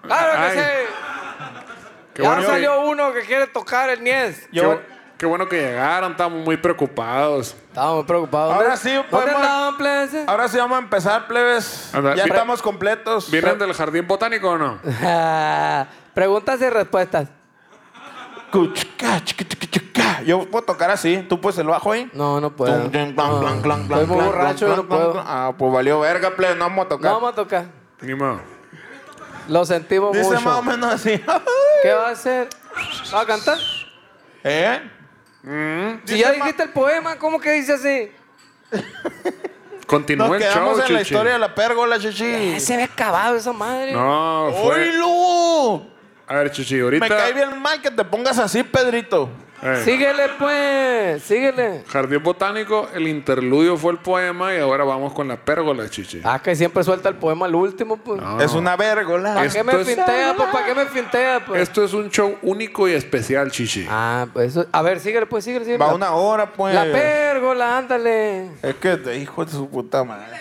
Claro que Ay, sí. qué, ya bueno que, salió uno que quiere tocar el Nies. qué bu- qué bueno que llegaron, estamos muy preocupados. Estábamos preocupados. Ahora ¿Dónde- sí ¿Dónde podemos- andaban, plebes? Ahora sí vamos a empezar, plebes. Anda, ya vi- estamos completos. ¿Vienen del jardín botánico o no? Preguntas y respuestas. Cuchica, chiqui, chiqui, chica. Yo puedo tocar así, tú puedes el bajo ahí. No, no puedo. Ah. Tum, tum, plan, plan, plan, Estoy plan, muy plan, borracho, plan, no plan, puedo. plan. Ah, pues valió verga, plebes, no vamos a No tocar. vamos a tocar. Ni modo. Lo sentimos Dice mucho. más o menos así. ¿Qué va a hacer? ¿Va a cantar? ¿Eh? Si ya dijiste el poema, ¿cómo que dice así? Continúa Nos el show, quedamos en la chichi. historia de la pérgola, chichi. Eh, Se ve acabado esa madre. No, fue... ¡Oílo! A ver, Chichi, Me ahorita... cae bien mal que te pongas así, Pedrito. Eh, Síguele, pues. Síguele. Jardín botánico, el interludio fue el poema y ahora vamos con la pérgola, Chichi. Ah, que siempre suelta el poema al último, pues. No. Es una vergola. ¿Para qué me esto es- fintea, pues? ¿Para qué me fintea, pues? Esto es un show único y especial, Chichi. Ah, pues eso. A ver, síguele, pues, síguele, síguele. Va una hora, pues. La pérgola, ándale. Es que te hijo de su puta madre.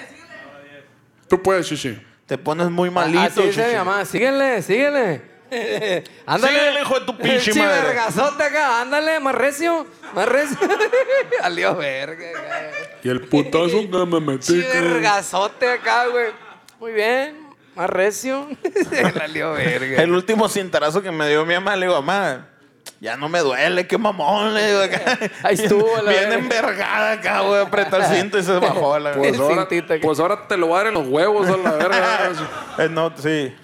Tú puedes, Chichi. Te pones muy malito, Ah, Así dice chichi. mi mamá. Síguele, síguele. ándale. Síguele, hijo de tu pinche Pinche madre. vergazote acá. Ándale, más recio. Más recio. Salió verga. acá. Y el putazo que me metí. Pinche cabrón. vergazote acá, güey. Muy bien. Más recio. Salió verga. El último cintarazo que me dio mi mamá, le digo, mamá, ya no me duele, qué mamón. Le digo acá. Ahí estuvo, la Bien verga. envergada acá, güey. Apretó el cinto y se bajó a la Pues, Pues verga. El ahora, cintito aquí. pues ahora te lo voy a dar en los huevos a la verga. Eh, No, sí.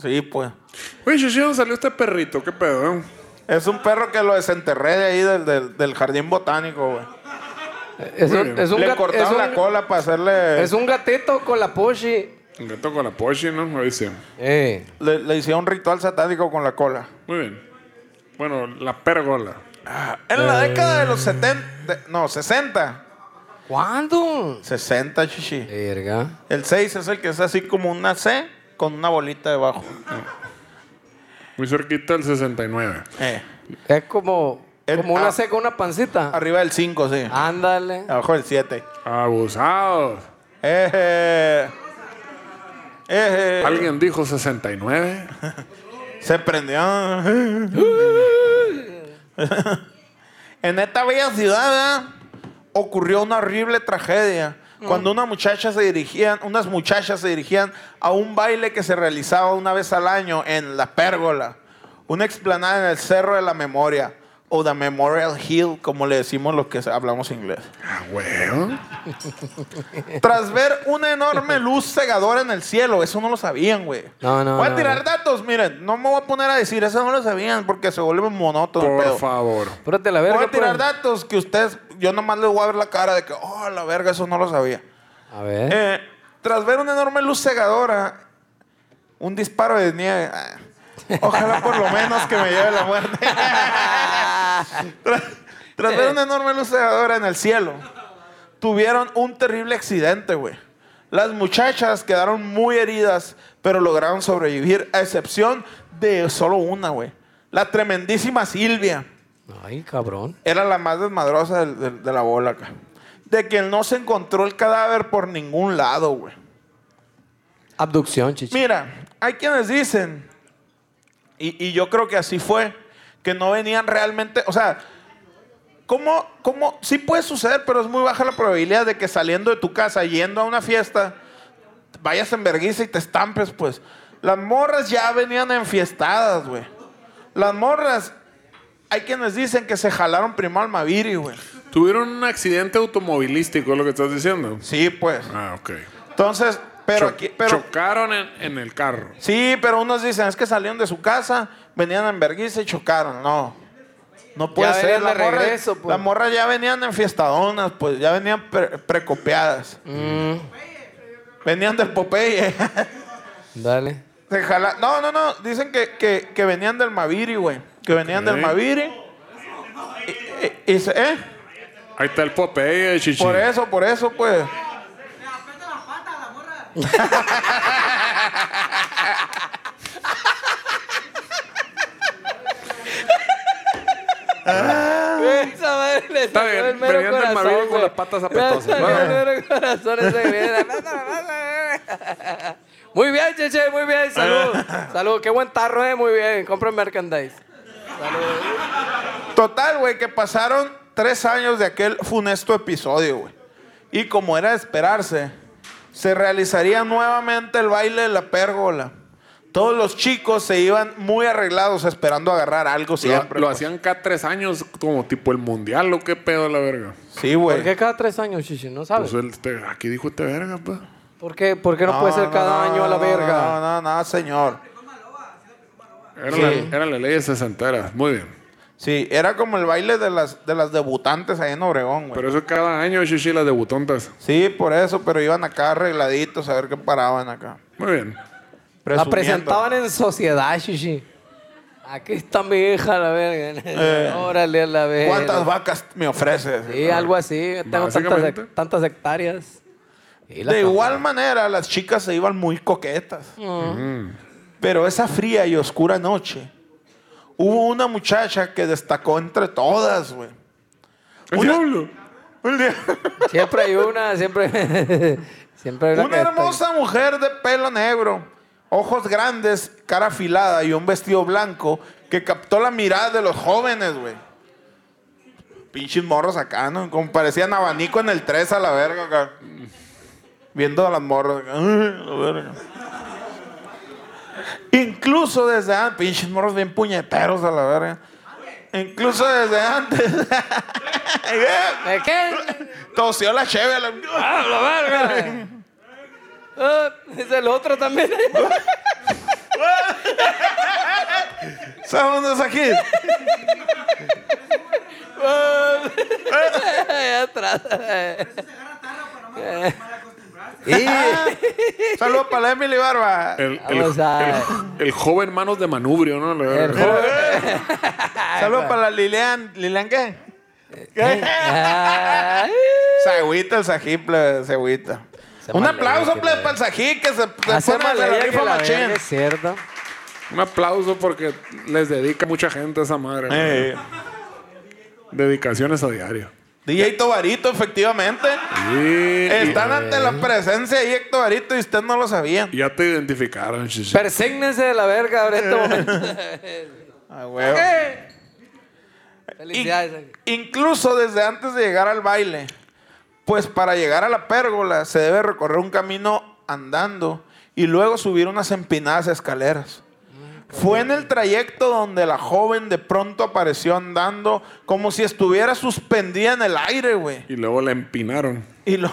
Sí, pues. Oye, Chichi, ¿dónde salió este perrito? ¿Qué pedo? eh? Es un perro que lo desenterré de ahí del, del- del jardín botánico, güey. Es un, es un Le gat- es cortaron un- la cola eh. para hacerle. Es un gatito con la poshi. Un gato con la Porsche, ¿no? Ahí sí. Eh. Le, le hicieron un ritual satánico con la cola. Muy bien. Bueno, la pérgola. En la Eh. década de los 70, de- no, 60. ¿Cuándo? 60, Eh. chichi. Verga. El 6 es el que es así como una C con una bolita debajo. Muy cerquita del 69. Eh, Es como, El- como una ah. seca, una pancita. arriba del 5, sí. Ándale. Abajo del 7. Abusados. Eh, eh, eh, ¿Alguien dijo 69? Se prendió. en esta bella ciudad ¿verdad? ocurrió una horrible tragedia. Cuando una muchacha se dirigían, unas muchachas se dirigían a un baile que se realizaba una vez al año en La Pérgola, una explanada en el Cerro de la Memoria, o The Memorial Hill, como le decimos los que hablamos inglés. Ah, huevo. Tras ver una enorme luz cegadora en el cielo, eso no lo sabían, güey. No, no, Voy a no, tirar no. datos, miren, no me voy a poner a decir, eso no lo sabían porque se vuelve monótono. el pedo. Por favor. Púrate la verga. Voy a tirar pues. datos que ustedes, yo nomás les voy a ver la cara de que, oh, la verga, eso no lo sabía. A ver. Eh, tras ver una enorme luz cegadora, un disparo de nieve. ah, Ojalá por lo menos que me lleve la muerte. tras, tras ver una enorme luz cegadora en el cielo, tuvieron un terrible accidente, güey. Las muchachas quedaron muy heridas, pero lograron sobrevivir, a excepción de solo una, güey. La tremendísima Silvia Ay, cabrón. era la más desmadrosa del- del- de, la bola acá. De que no se encontró el cadáver por ningún lado, güey. Abducción, chichi. Mira, hay quienes dicen, y, y yo creo que así fue, que no venían realmente, o sea, ¿Cómo, cómo? Sí puede suceder, pero es muy baja la probabilidad de que saliendo de tu casa, yendo a una fiesta, vayas en vergüenza y te estampes, pues. Las morras ya venían enfiestadas, güey. Las morras, hay quienes dicen que se jalaron primero al Maviri, güey. Tuvieron un accidente automovilístico, es lo que estás diciendo. Sí, pues. Ah, ok. Entonces, pero Cho- aquí, pero Chocaron en, en el carro. Sí, pero unos dicen, es que salieron de su casa, venían en vergüenza y chocaron. No. No puede Ya ser. venían La de morra, regreso, pues. la morra ya venían en fiestadonas, pues ya venían pre- precopeadas. Mm. Venían del Popeye. Dale. Se jala- No, no, no. Dicen que, que- que venían del Maviri, güey. Que venían Ok. del Maviri. Y, y- y se- ¿eh? Ahí está el Popeye, chichi. Por eso, por eso, pues. Esa madre le Está sacó bien, el mero venían del corazón, Maverick con güey. las patas apretosas. Le sacó el Bueno. mero corazón ese que viene. Pásala, pásala. Muy bien, Cheche, muy bien. Salud. Salud. Qué buen tarro, eh. Muy bien. Compren merchandise. Total, güey, que pasaron tres años de aquel funesto episodio, güey. Y como era de esperarse, se realizaría nuevamente el baile de la pérgola. Todos los chicos se iban muy arreglados esperando agarrar algo siempre. Lo, lo pues. hacían cada tres años, como tipo el mundial, o qué pedo la verga. Sí, ¿Por qué güey. cada tres años, Chichi? ¿No sabes? Pues él, este, aquí dijo este verga, pues. ¿Por qué, por qué no, puede ser cada no, año a la no, verga? No, no, no, señor. Era, Sí. la, era la ley de sesentera. Muy bien. Sí, era como el baile de las, de las debutantes ahí en Obregón, güey. Pero eso cada año, chichi, las debutontas. Sí, por eso, pero iban acá arregladitos a ver qué paraban acá. Muy bien. La Presumiendo. presentaban en sociedad, Chichi. Aquí está mi hija, la verga. Eh. Órale, a la verga. ¿Cuántas vacas me ofreces? Sí, algo así. Tengo tantas, Básicamente. hec- tantas hectáreas. Y la De cama. igual manera, las chicas se iban muy coquetas. Pero esa fría y oscura noche, hubo una muchacha que destacó entre todas, güey. ¡El Una- diablo! Un día- Siempre hay una, siempre. siempre hay una, Una que está- hermosa mujer de pelo negro, ojos grandes, cara afilada y un vestido blanco que captó la mirada de los jóvenes, güey. Pinches morros acá, ¿no? Como parecían abanico en el 3 a la verga acá. Viendo a las morras acá. "Ay, la verga". Incluso desde antes, pinches morros bien puñeteros a la verga. Incluso desde antes. ¿De ¿Eh, qué? Tosió la cheve. a la- ¡Ah, la verga! Ah, es el otro también. ¿Sabes dónde es aquí? Allá atrás. Saludos para la Emily Barba. El, el, Vamos a- el- el joven manos de manubrio, ¿no? La El verga. joven. Saludos para la Lilian. ¿Lilian qué? ¿Qué? Ay. Se agüita el Sají, plebe, se agüita. Se Un maleó, aplauso, que plebe, la- para el Sají, que se, se Hace pone de la malería que rifa la verga, machín. es cierto. Un aplauso porque les dedica mucha gente a esa madre. ¿no? Eh, Dedicaciones a diario. DJ Tobarito, efectivamente. Y, Están ante la presencia de DJ Tobarito y usted no lo sabía. y ya te identificaron, chichi. Persígnense de la verga ahora en este momento. Ah, huevo. Felicidades. Incluso desde antes de llegar al baile. Pues para llegar a la pérgola se debe recorrer un camino andando y luego subir unas empinadas escaleras. Fue en el trayecto donde la joven de pronto apareció andando como si estuviera suspendida en el aire, güey. Y luego la empinaron. Y lo-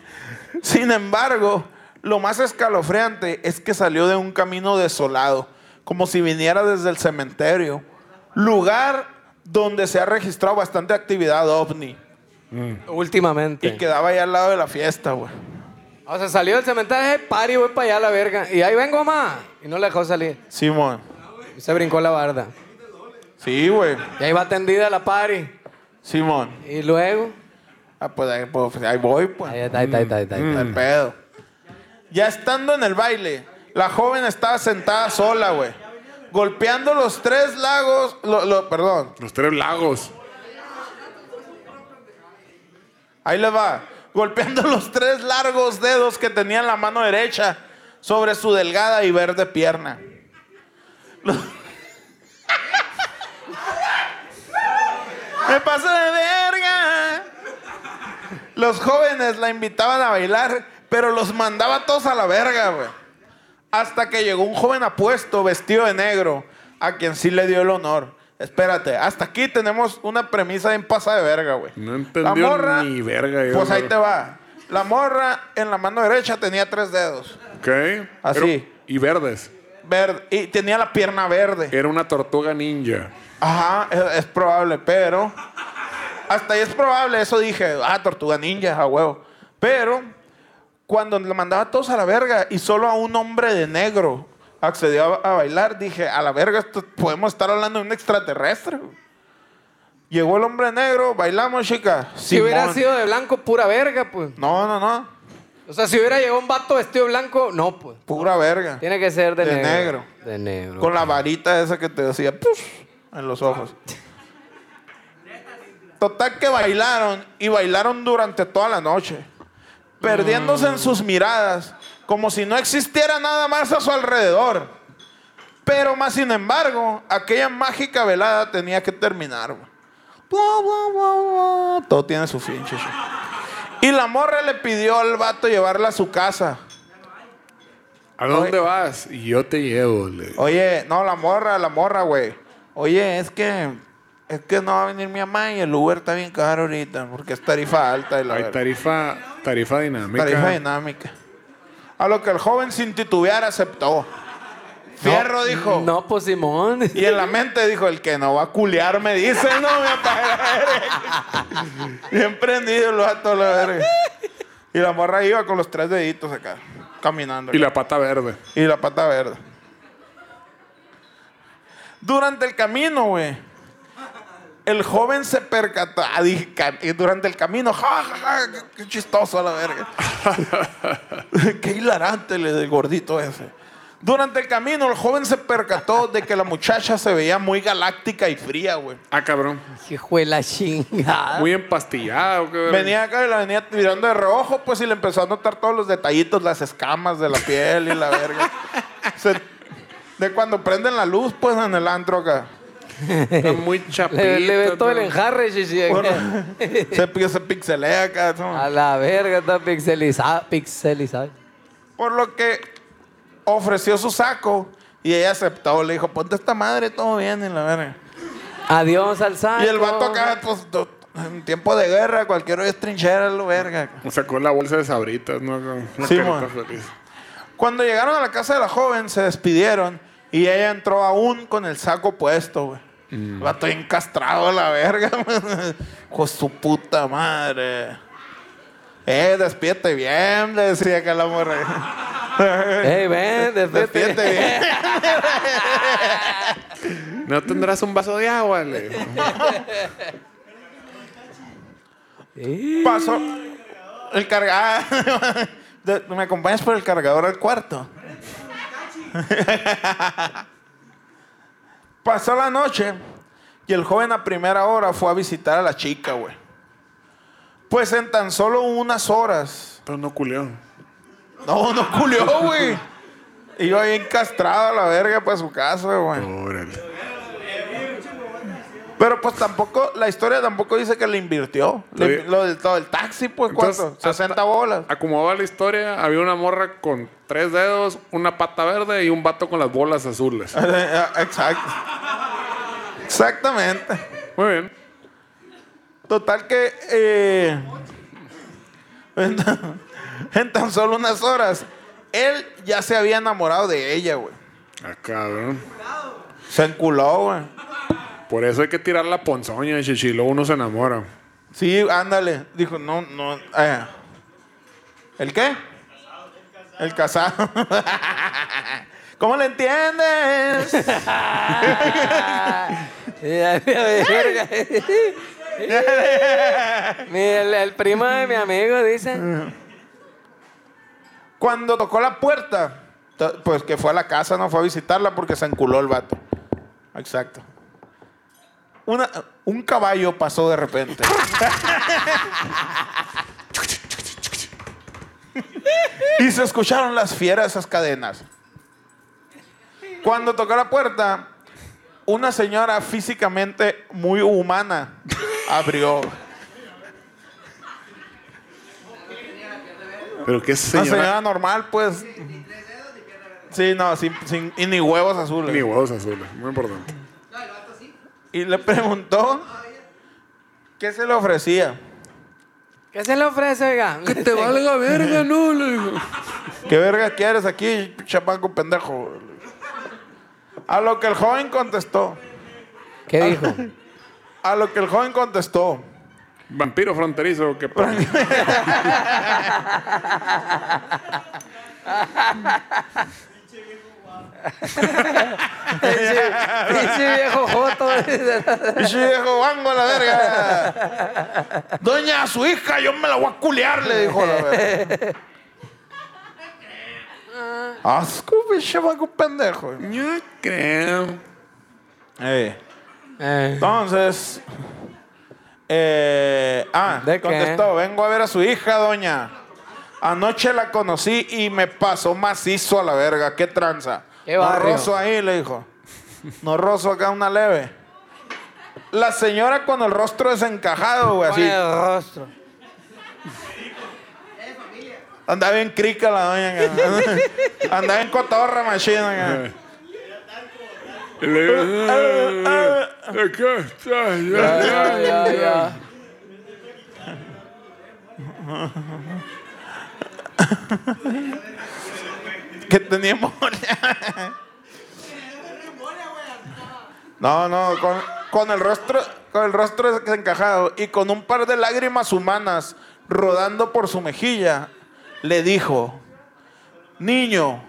Sin embargo, lo más escalofriante es que salió de un camino desolado, como si viniera desde el cementerio, lugar donde se ha registrado bastante actividad ovni. Últimamente. Y quedaba ahí al lado de la fiesta, güey. O sea, salió del cementerio, "Eh, pari, voy para allá a la verga. Y ahí vengo más. Y no le dejó salir. Simón. Y se brincó la barda. Sí, güey. Y ahí va tendida la pari. Simón. Y luego. Ah, pues ahí, pues, ahí voy, pues. Ahí está, ahí está, ahí está. ahí está. Al pedo. Ya estando en el baile, la joven estaba sentada sola, güey. Golpeando los tres lagos, lo- lo- perdón, Los tres lagos. Ahí les va. Golpeando los tres largos dedos que tenía en la mano derecha sobre su delgada y verde pierna. Me pasó de verga. Los jóvenes la invitaban a bailar, pero los mandaba todos a la verga, güey. Hasta que llegó un joven apuesto vestido de negro, a quien sí le dio el honor. Espérate, hasta aquí tenemos una premisa en pasa de verga, güey. No La entendió morra, ni verga. yo, Pues ahí pero- te va. La morra en la mano derecha tenía tres dedos. Ok. Así. Pero- y verdes. Verde, y tenía la pierna verde. Era una tortuga ninja. Ajá, es, es probable, pero. Hasta ahí es probable, eso dije. Ah, tortuga ninja, a huevo. Pero, cuando lo mandaba a todos a la verga y solo a un hombre de negro accedió a, a bailar, dije, a la verga, esto- podemos estar hablando de un extraterrestre. Llegó el hombre negro, bailamos, chica. Si hubiera Simón. sido de blanco, pura verga, pues. No, no, no. O sea, si hubiera llegado un vato vestido de blanco, no, pues. Pura verga. Tiene que ser de, De negro. negro. De negro. Con la varita esa que te decía ¡puf! en los ojos. Total que bailaron y bailaron durante toda la noche, perdiéndose en sus miradas, como si no existiera nada más a su alrededor. Pero más sin embargo, aquella mágica velada tenía que terminar. güey. Bua, bua, bua, bua. Todo tiene su fin, chicho. Y la morra le pidió al vato llevarla a su casa. ¿A dónde vas? Y yo te llevo. le- Oye, no, la morra, la morra, güey. Oye, es que es que no va a venir mi mamá y el Uber está bien caro ahorita porque es tarifa alta y la Hay verga. tarifa, tarifa dinámica. tarifa dinámica. A lo que el joven sin titubear aceptó. Fierro dijo. No, pues Simón. Y en la mente dijo, el que no va a culear me dice, no, me Bien prendido el vato, la verga. Y la morra iba con los tres deditos acá, caminando. Y la pata verde. Y la pata verde. Durante el camino, güey. El joven se percató. ah, dije, ca- eh, durante el camino, ja, ja, ja, qué- qué chistoso a la verga. qué hilarante le del gordito ese. Durante el camino, el joven se percató de que la muchacha se veía muy galáctica y fría, güey. Ah, cabrón. Hijo de la chingada. Muy empastillado. qué verga. Ah. Venía acá y la venía tirando de reojo, pues, y le empezó a notar todos los detallitos, las escamas de la piel y la verga. Se- de cuando prenden la luz, pues, en el antro acá. Está muy chapito. Le, le ve todo el enjambre. enjarre, chichi. acá. Bueno, se, pi- se pixelea acá. ¿no? A la verga, está pixelizado. Pixelizado. Por lo que ofreció su saco y ella aceptó. Le dijo, ponte esta madre, todo bien, y la verga. Adiós al saco. Y el vato acá, pues, do- en tiempo de guerra, cualquier hoy es trinchera, la verga. Sacó la bolsa de sabritas, ¿no? Una Sí, carita man. feliz. Cuando llegaron a la casa de la joven, se despidieron y ella entró aún con el saco puesto, güey. El Vato encastrado a la verga, man. con su puta madre. Eh, despídete bien, le decía acá la morra. Ey, ven, despídete. Despídete bien. No tendrás un vaso de agua, le. Pasó. El cargador. ¿Me acompañas por el cargador al cuarto? Pasó la noche y el joven a primera hora fue a visitar a la chica, güey. Pues en tan solo unas horas. Pero no culió. No, no culió, güey. Iba bien castrado a la verga para su casa, güey. Órale. Pero pues tampoco, la historia tampoco dice que le invirtió. Le- Oye. lo del todo el taxi, pues, Entonces, ¿cuánto? hasta- 60 bolas. Acomodaba la historia, había una morra con tres dedos, una pata verde y un vato con las bolas azules. Exacto. Exactamente. Muy bien. Total que eh, en, tan, en tan solo unas horas, él ya se había enamorado de ella, güey. Ah, cabrón. Se enculó, güey. Por eso hay que tirar la ponzoña, chichi. Luego uno se enamora. Sí, ándale. Dijo, no, no. eh. ¿El qué? El casado. ¿Cómo le entiendes? Mira, mira, verga. Mira, el, el primo de mi amigo dice. Cuando tocó la puerta, to- pues que fue a la casa, no fue a visitarla porque se enculó el vato. Exacto. Una- un caballo pasó de repente. y se escucharon las fieras esas cadenas. Cuando tocó la puerta, una señora físicamente muy humana abrió. Pero qué Una señora. señora normal, pues. Sí, no, sin, sin- y ni huevos azules. Ni huevos azules, muy importante. Y le preguntó qué se le ofrecía. ¿Qué se le ofrece, oiga? Te valga verga, ¿no? Le digo. ¿Qué verga quieres aquí, chapaco pendejo? A lo que el joven contestó. ¿Qué dijo? A lo que el joven contestó. Vampiro fronterizo, que Pinche viejo joto. Y sí, dijo, vango a la verga. Doña, a su hija, yo me la voy a culear, le dijo la verga. Asco, pinche vago pendejo. Yo creo. Eh, Eh, Entonces. eh, ah, ¿De qué? contestó, vengo a ver a su hija, doña. Anoche la conocí y me pasó macizo a la verga. ¿Qué tranza? Qué no barrio. rozo ahí, le dijo. No rozo acá una leve. La señora con el rostro desencajado, güey, Con así. el rostro. Andaba bien crica la doña. cabrón. Andaba en cotorra, machina. cabrón. Y le digo, "Ah, ¿de qué estás? Ya, ya, ya". Que tenía mola. No, no, con, con el rostro, con el rostro desencajado y con un par de lágrimas humanas rodando por su mejilla, le dijo: Niño,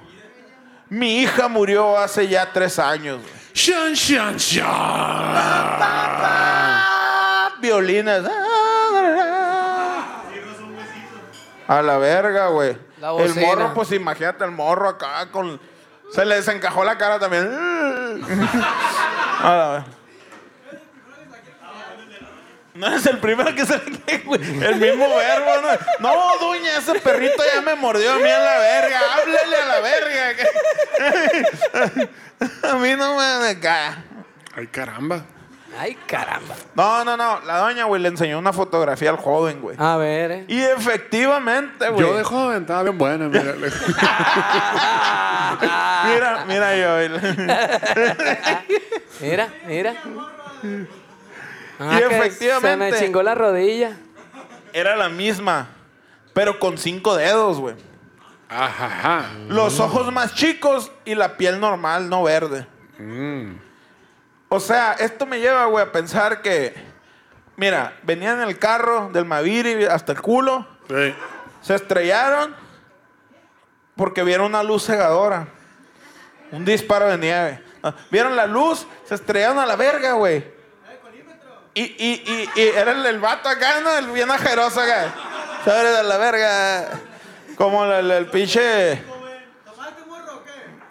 mi hija murió hace ya tres años. Shan, shan, shan. Ah, Violines. ah, A la verga, güey. La El bocina. morro, pues imagínate el morro acá con. Se le desencajó la cara también. A la verga. No es el primero que se le que- güey. El mismo verbo, ¿no? No, doña, ese perrito ya me mordió a mí a la verga. Háblele a la verga. A mí no me cae. Ay, caramba. Ay, caramba. No, no, no. La doña, güey, le enseñó una fotografía al joven, güey. A ver, eh. Y efectivamente, güey. Yo de joven estaba bien buena, mira. le- Mira, mira yo. güey. Mira, mira. Ah, Y que Se me efectivamente- chingó la rodilla. Era la misma, pero con cinco dedos, güey. Ajá. Los ojos más chicos y la piel normal, no verde. O sea, esto me lleva, güey, a pensar que... Mira, venían en el carro del Maviri hasta el culo. Sí. Se estrellaron porque vieron una luz cegadora. Un disparo de nieve. Ah, Vieron la luz, se estrellaron a la verga, güey. Y, y, y, y era el, el vato acá, ¿no? El bien ajeroso acá. Sobre de la verga. Como el, el- el pinche.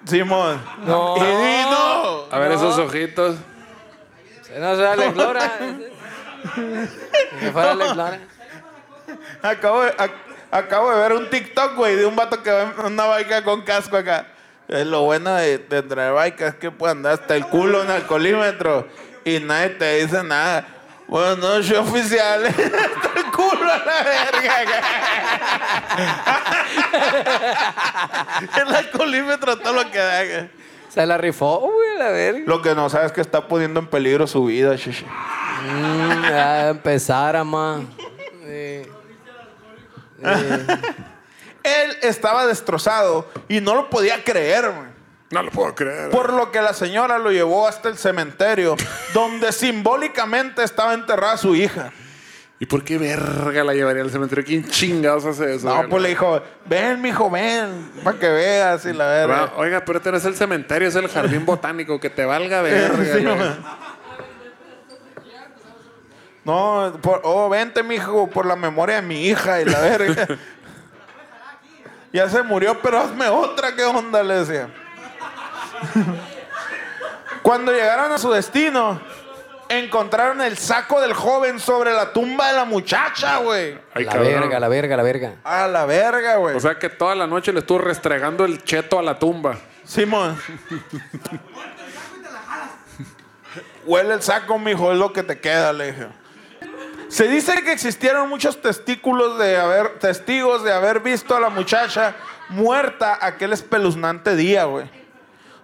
Simón. No. Y di, no. A ver esos ojitos. Se nos da la glora. Que fuera la glora. Acabo de, ac- acabo de ver un TikTok, güey, de un vato que va en una baica con casco acá. Eh, Lo bueno de, de traer baica es que puede andar hasta el culo en alcoholímetro y nadie te dice nada. Buenas noches, oficiales. Hasta el culo a la verga. acá. el alcoholímetro todo lo que da. acá. Se la rifó, güey, la verga. Lo que no sabes es que está poniendo en peligro su vida, chichi. Mm, ya empezara, ma. Sí. Él estaba destrozado y no lo podía creer, güey. No lo puedo creer. Por lo que la señora lo llevó hasta el cementerio, donde simbólicamente estaba enterrada su hija. ¿Y por qué verga la llevaría al cementerio? ¿Quién chingados hace eso? No, güey? pues le dijo, ven, mijo, ven, para que veas y la Va, verga. Oiga, pero este no es el cementerio, es el jardín botánico. Que te valga verga. Sí, güey. güey. No, por- oh, vente, mijo, por la memoria de mi hija y la verga. ya se murió, pero hazme otra, ¿qué onda? Le decía. Cuando llegaron a su destino, encontraron el saco del joven sobre la tumba de la muchacha, güey. Ay, la cabrón. verga, la verga, la verga. A la verga, güey. O sea que toda la noche le estuvo restregando el cheto a la tumba. Simón. Huele el saco, mijo, es lo que te queda, le dije. Se dice que existieron muchos testículos de haber, testigos de haber visto a la muchacha muerta aquel espeluznante día, güey.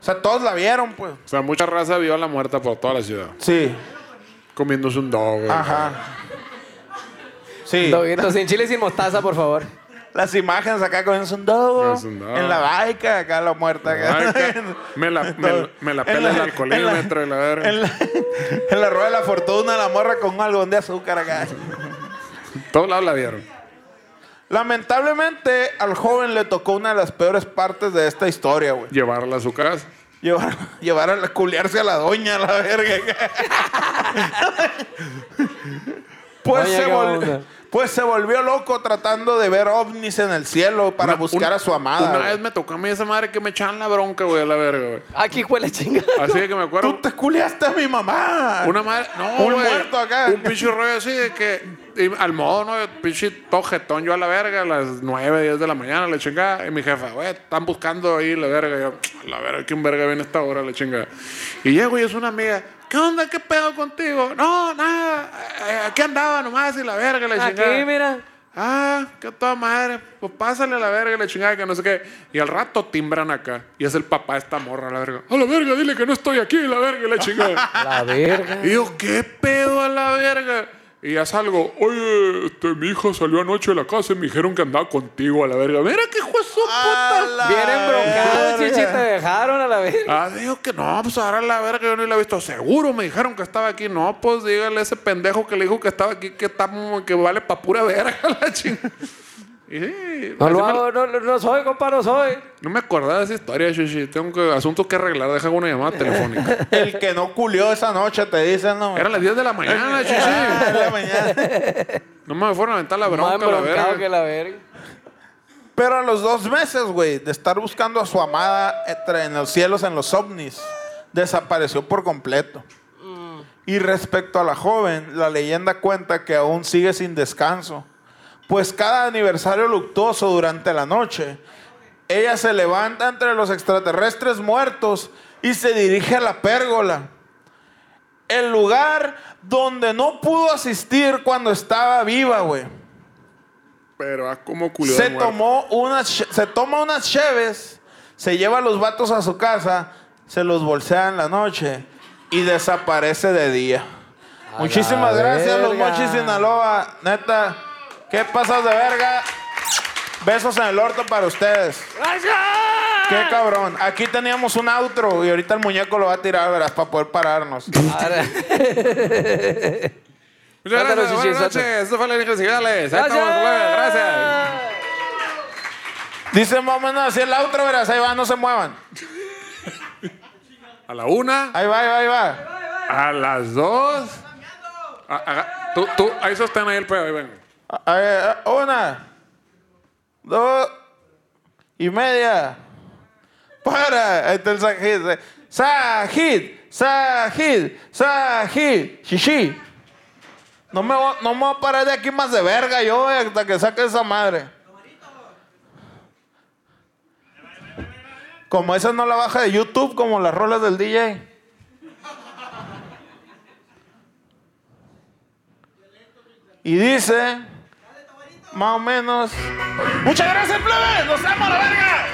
O sea, todos la vieron, pues. O sea, mucha raza vio a la muerta por toda la ciudad. Sí. Comiéndose un dog. Ajá. Sí. Doguito, sin chile y sin mostaza, por favor. Las imágenes acá con un dogo. Es un dogo. En la baica, acá la muerta. acá. Me la, me, me la En pela el la- alcoholímetro y la verga. En la, en la rueda de la fortuna, la morra con un algodón de azúcar acá. Todos lados la vieron. Lamentablemente, al joven le tocó una de las peores partes de esta historia, güey. Llevarla a su casa. Llevar, llevar a la- culiarse a la doña, la verga. pues, Doña, se ¿qué vol- onda? pues se volvió loco tratando de ver ovnis en el cielo para Una- buscar una- a su amada. Una güey. vez me tocó a mí esa madre que me echaban la bronca, güey, a la verga, güey. Aquí fue la chingada. Así de que me acuerdo. Tú te culiaste a mi mamá. Una madre. No, Un güey. muerto acá. Un pinche rollo así de que. y al modo, ¿no? Pinche tojetón yo a la verga a las 9, 10 de la mañana, la chingada. Y mi jefa, güey, están buscando ahí la verga. Y yo, la verga, ¿quién verga viene a esta hora, la chingada? Y llego y es una amiga. ¿Qué onda? ¿Qué pedo contigo? No, nada. eh, Aquí andaba nomás y la verga, la chingada. Aquí, mira. Ah, qué toda madre. Pues pásale a la verga, la chingada, que no sé qué. Y al rato timbran acá. Y es el papá de esta morra, la verga. A la verga, dile que no estoy aquí, la verga, la chingada. La verga. Y yo, ¿qué pedo a la verga? Y ya salgo, oye, este, mi hija salió anoche de la casa y me dijeron que andaba contigo a la verga. Mira qué hijo de su A puta. la Vienen broncados, verga. chichi, te dejaron a la verga. Ah, digo que no, pues ahora la verga yo no la he visto. Seguro me dijeron que estaba aquí. No, pues dígale a ese pendejo que le dijo que estaba aquí que, está, que vale pa' pura verga la chingada. Y sí, No así lo me- hago, no, no- no soy, compa, no soy. no me acordaba de esa historia, Shishi. Tengo que, asuntos que arreglar. Deja una llamada telefónica. El que no culió esa noche, te dicen, no. Era las 10 de la mañana, Ah, en Shishi. la mañana. No me fueron a aventar la Más bronca, la broncado verga. que la verga. Pero a los dos meses, güey, de estar buscando a su amada entre- en los cielos, en los ovnis, desapareció por completo. Y respecto a la joven, la leyenda cuenta que aún sigue sin descanso, pues cada aniversario luctuoso durante la noche, ella se levanta entre los extraterrestres muertos y se dirige a la pérgola, el lugar donde no pudo asistir cuando estaba viva, güey Pero ah, como culo se tomó unas che- se toma unas cheves, se lleva a los vatos a su casa, se los bolsea en la noche y desaparece de día. Muchísimas la gracias, los verga. mochis Sinaloa. Neta, ¿qué pasas de verga? Besos en el orto para ustedes. ¡Qué cabrón! Aquí teníamos un outro y ahorita el muñeco lo va a tirar, verás, para poder pararnos. Ahora- Muchas Suéltalo, gracias. Shishi, Buenas suéltalo. noches. Esto fue Alienígenas Digitales. Ahí estamos, Gracias. jueves. Gracias. Dice más o menos así el outro, verás, ahí va, no se muevan. A la una, Ahí va, ahí va, ahí va. a las dos. A- haga- tú, tú, ahí sostén ahí el pedo. Ahí vengo. A ver, una, dos y media. Para, ahí está el Sajid. eh. Sajid, Sajid, Sajid, Shishi. No me, voy- no me voy a parar de aquí más de verga yo eh, hasta que saque esa madre. Como esa no la baja de YouTube, como las rolas del DJ. Y dice, más o menos, muchas gracias, plebe, nos vemos a la verga.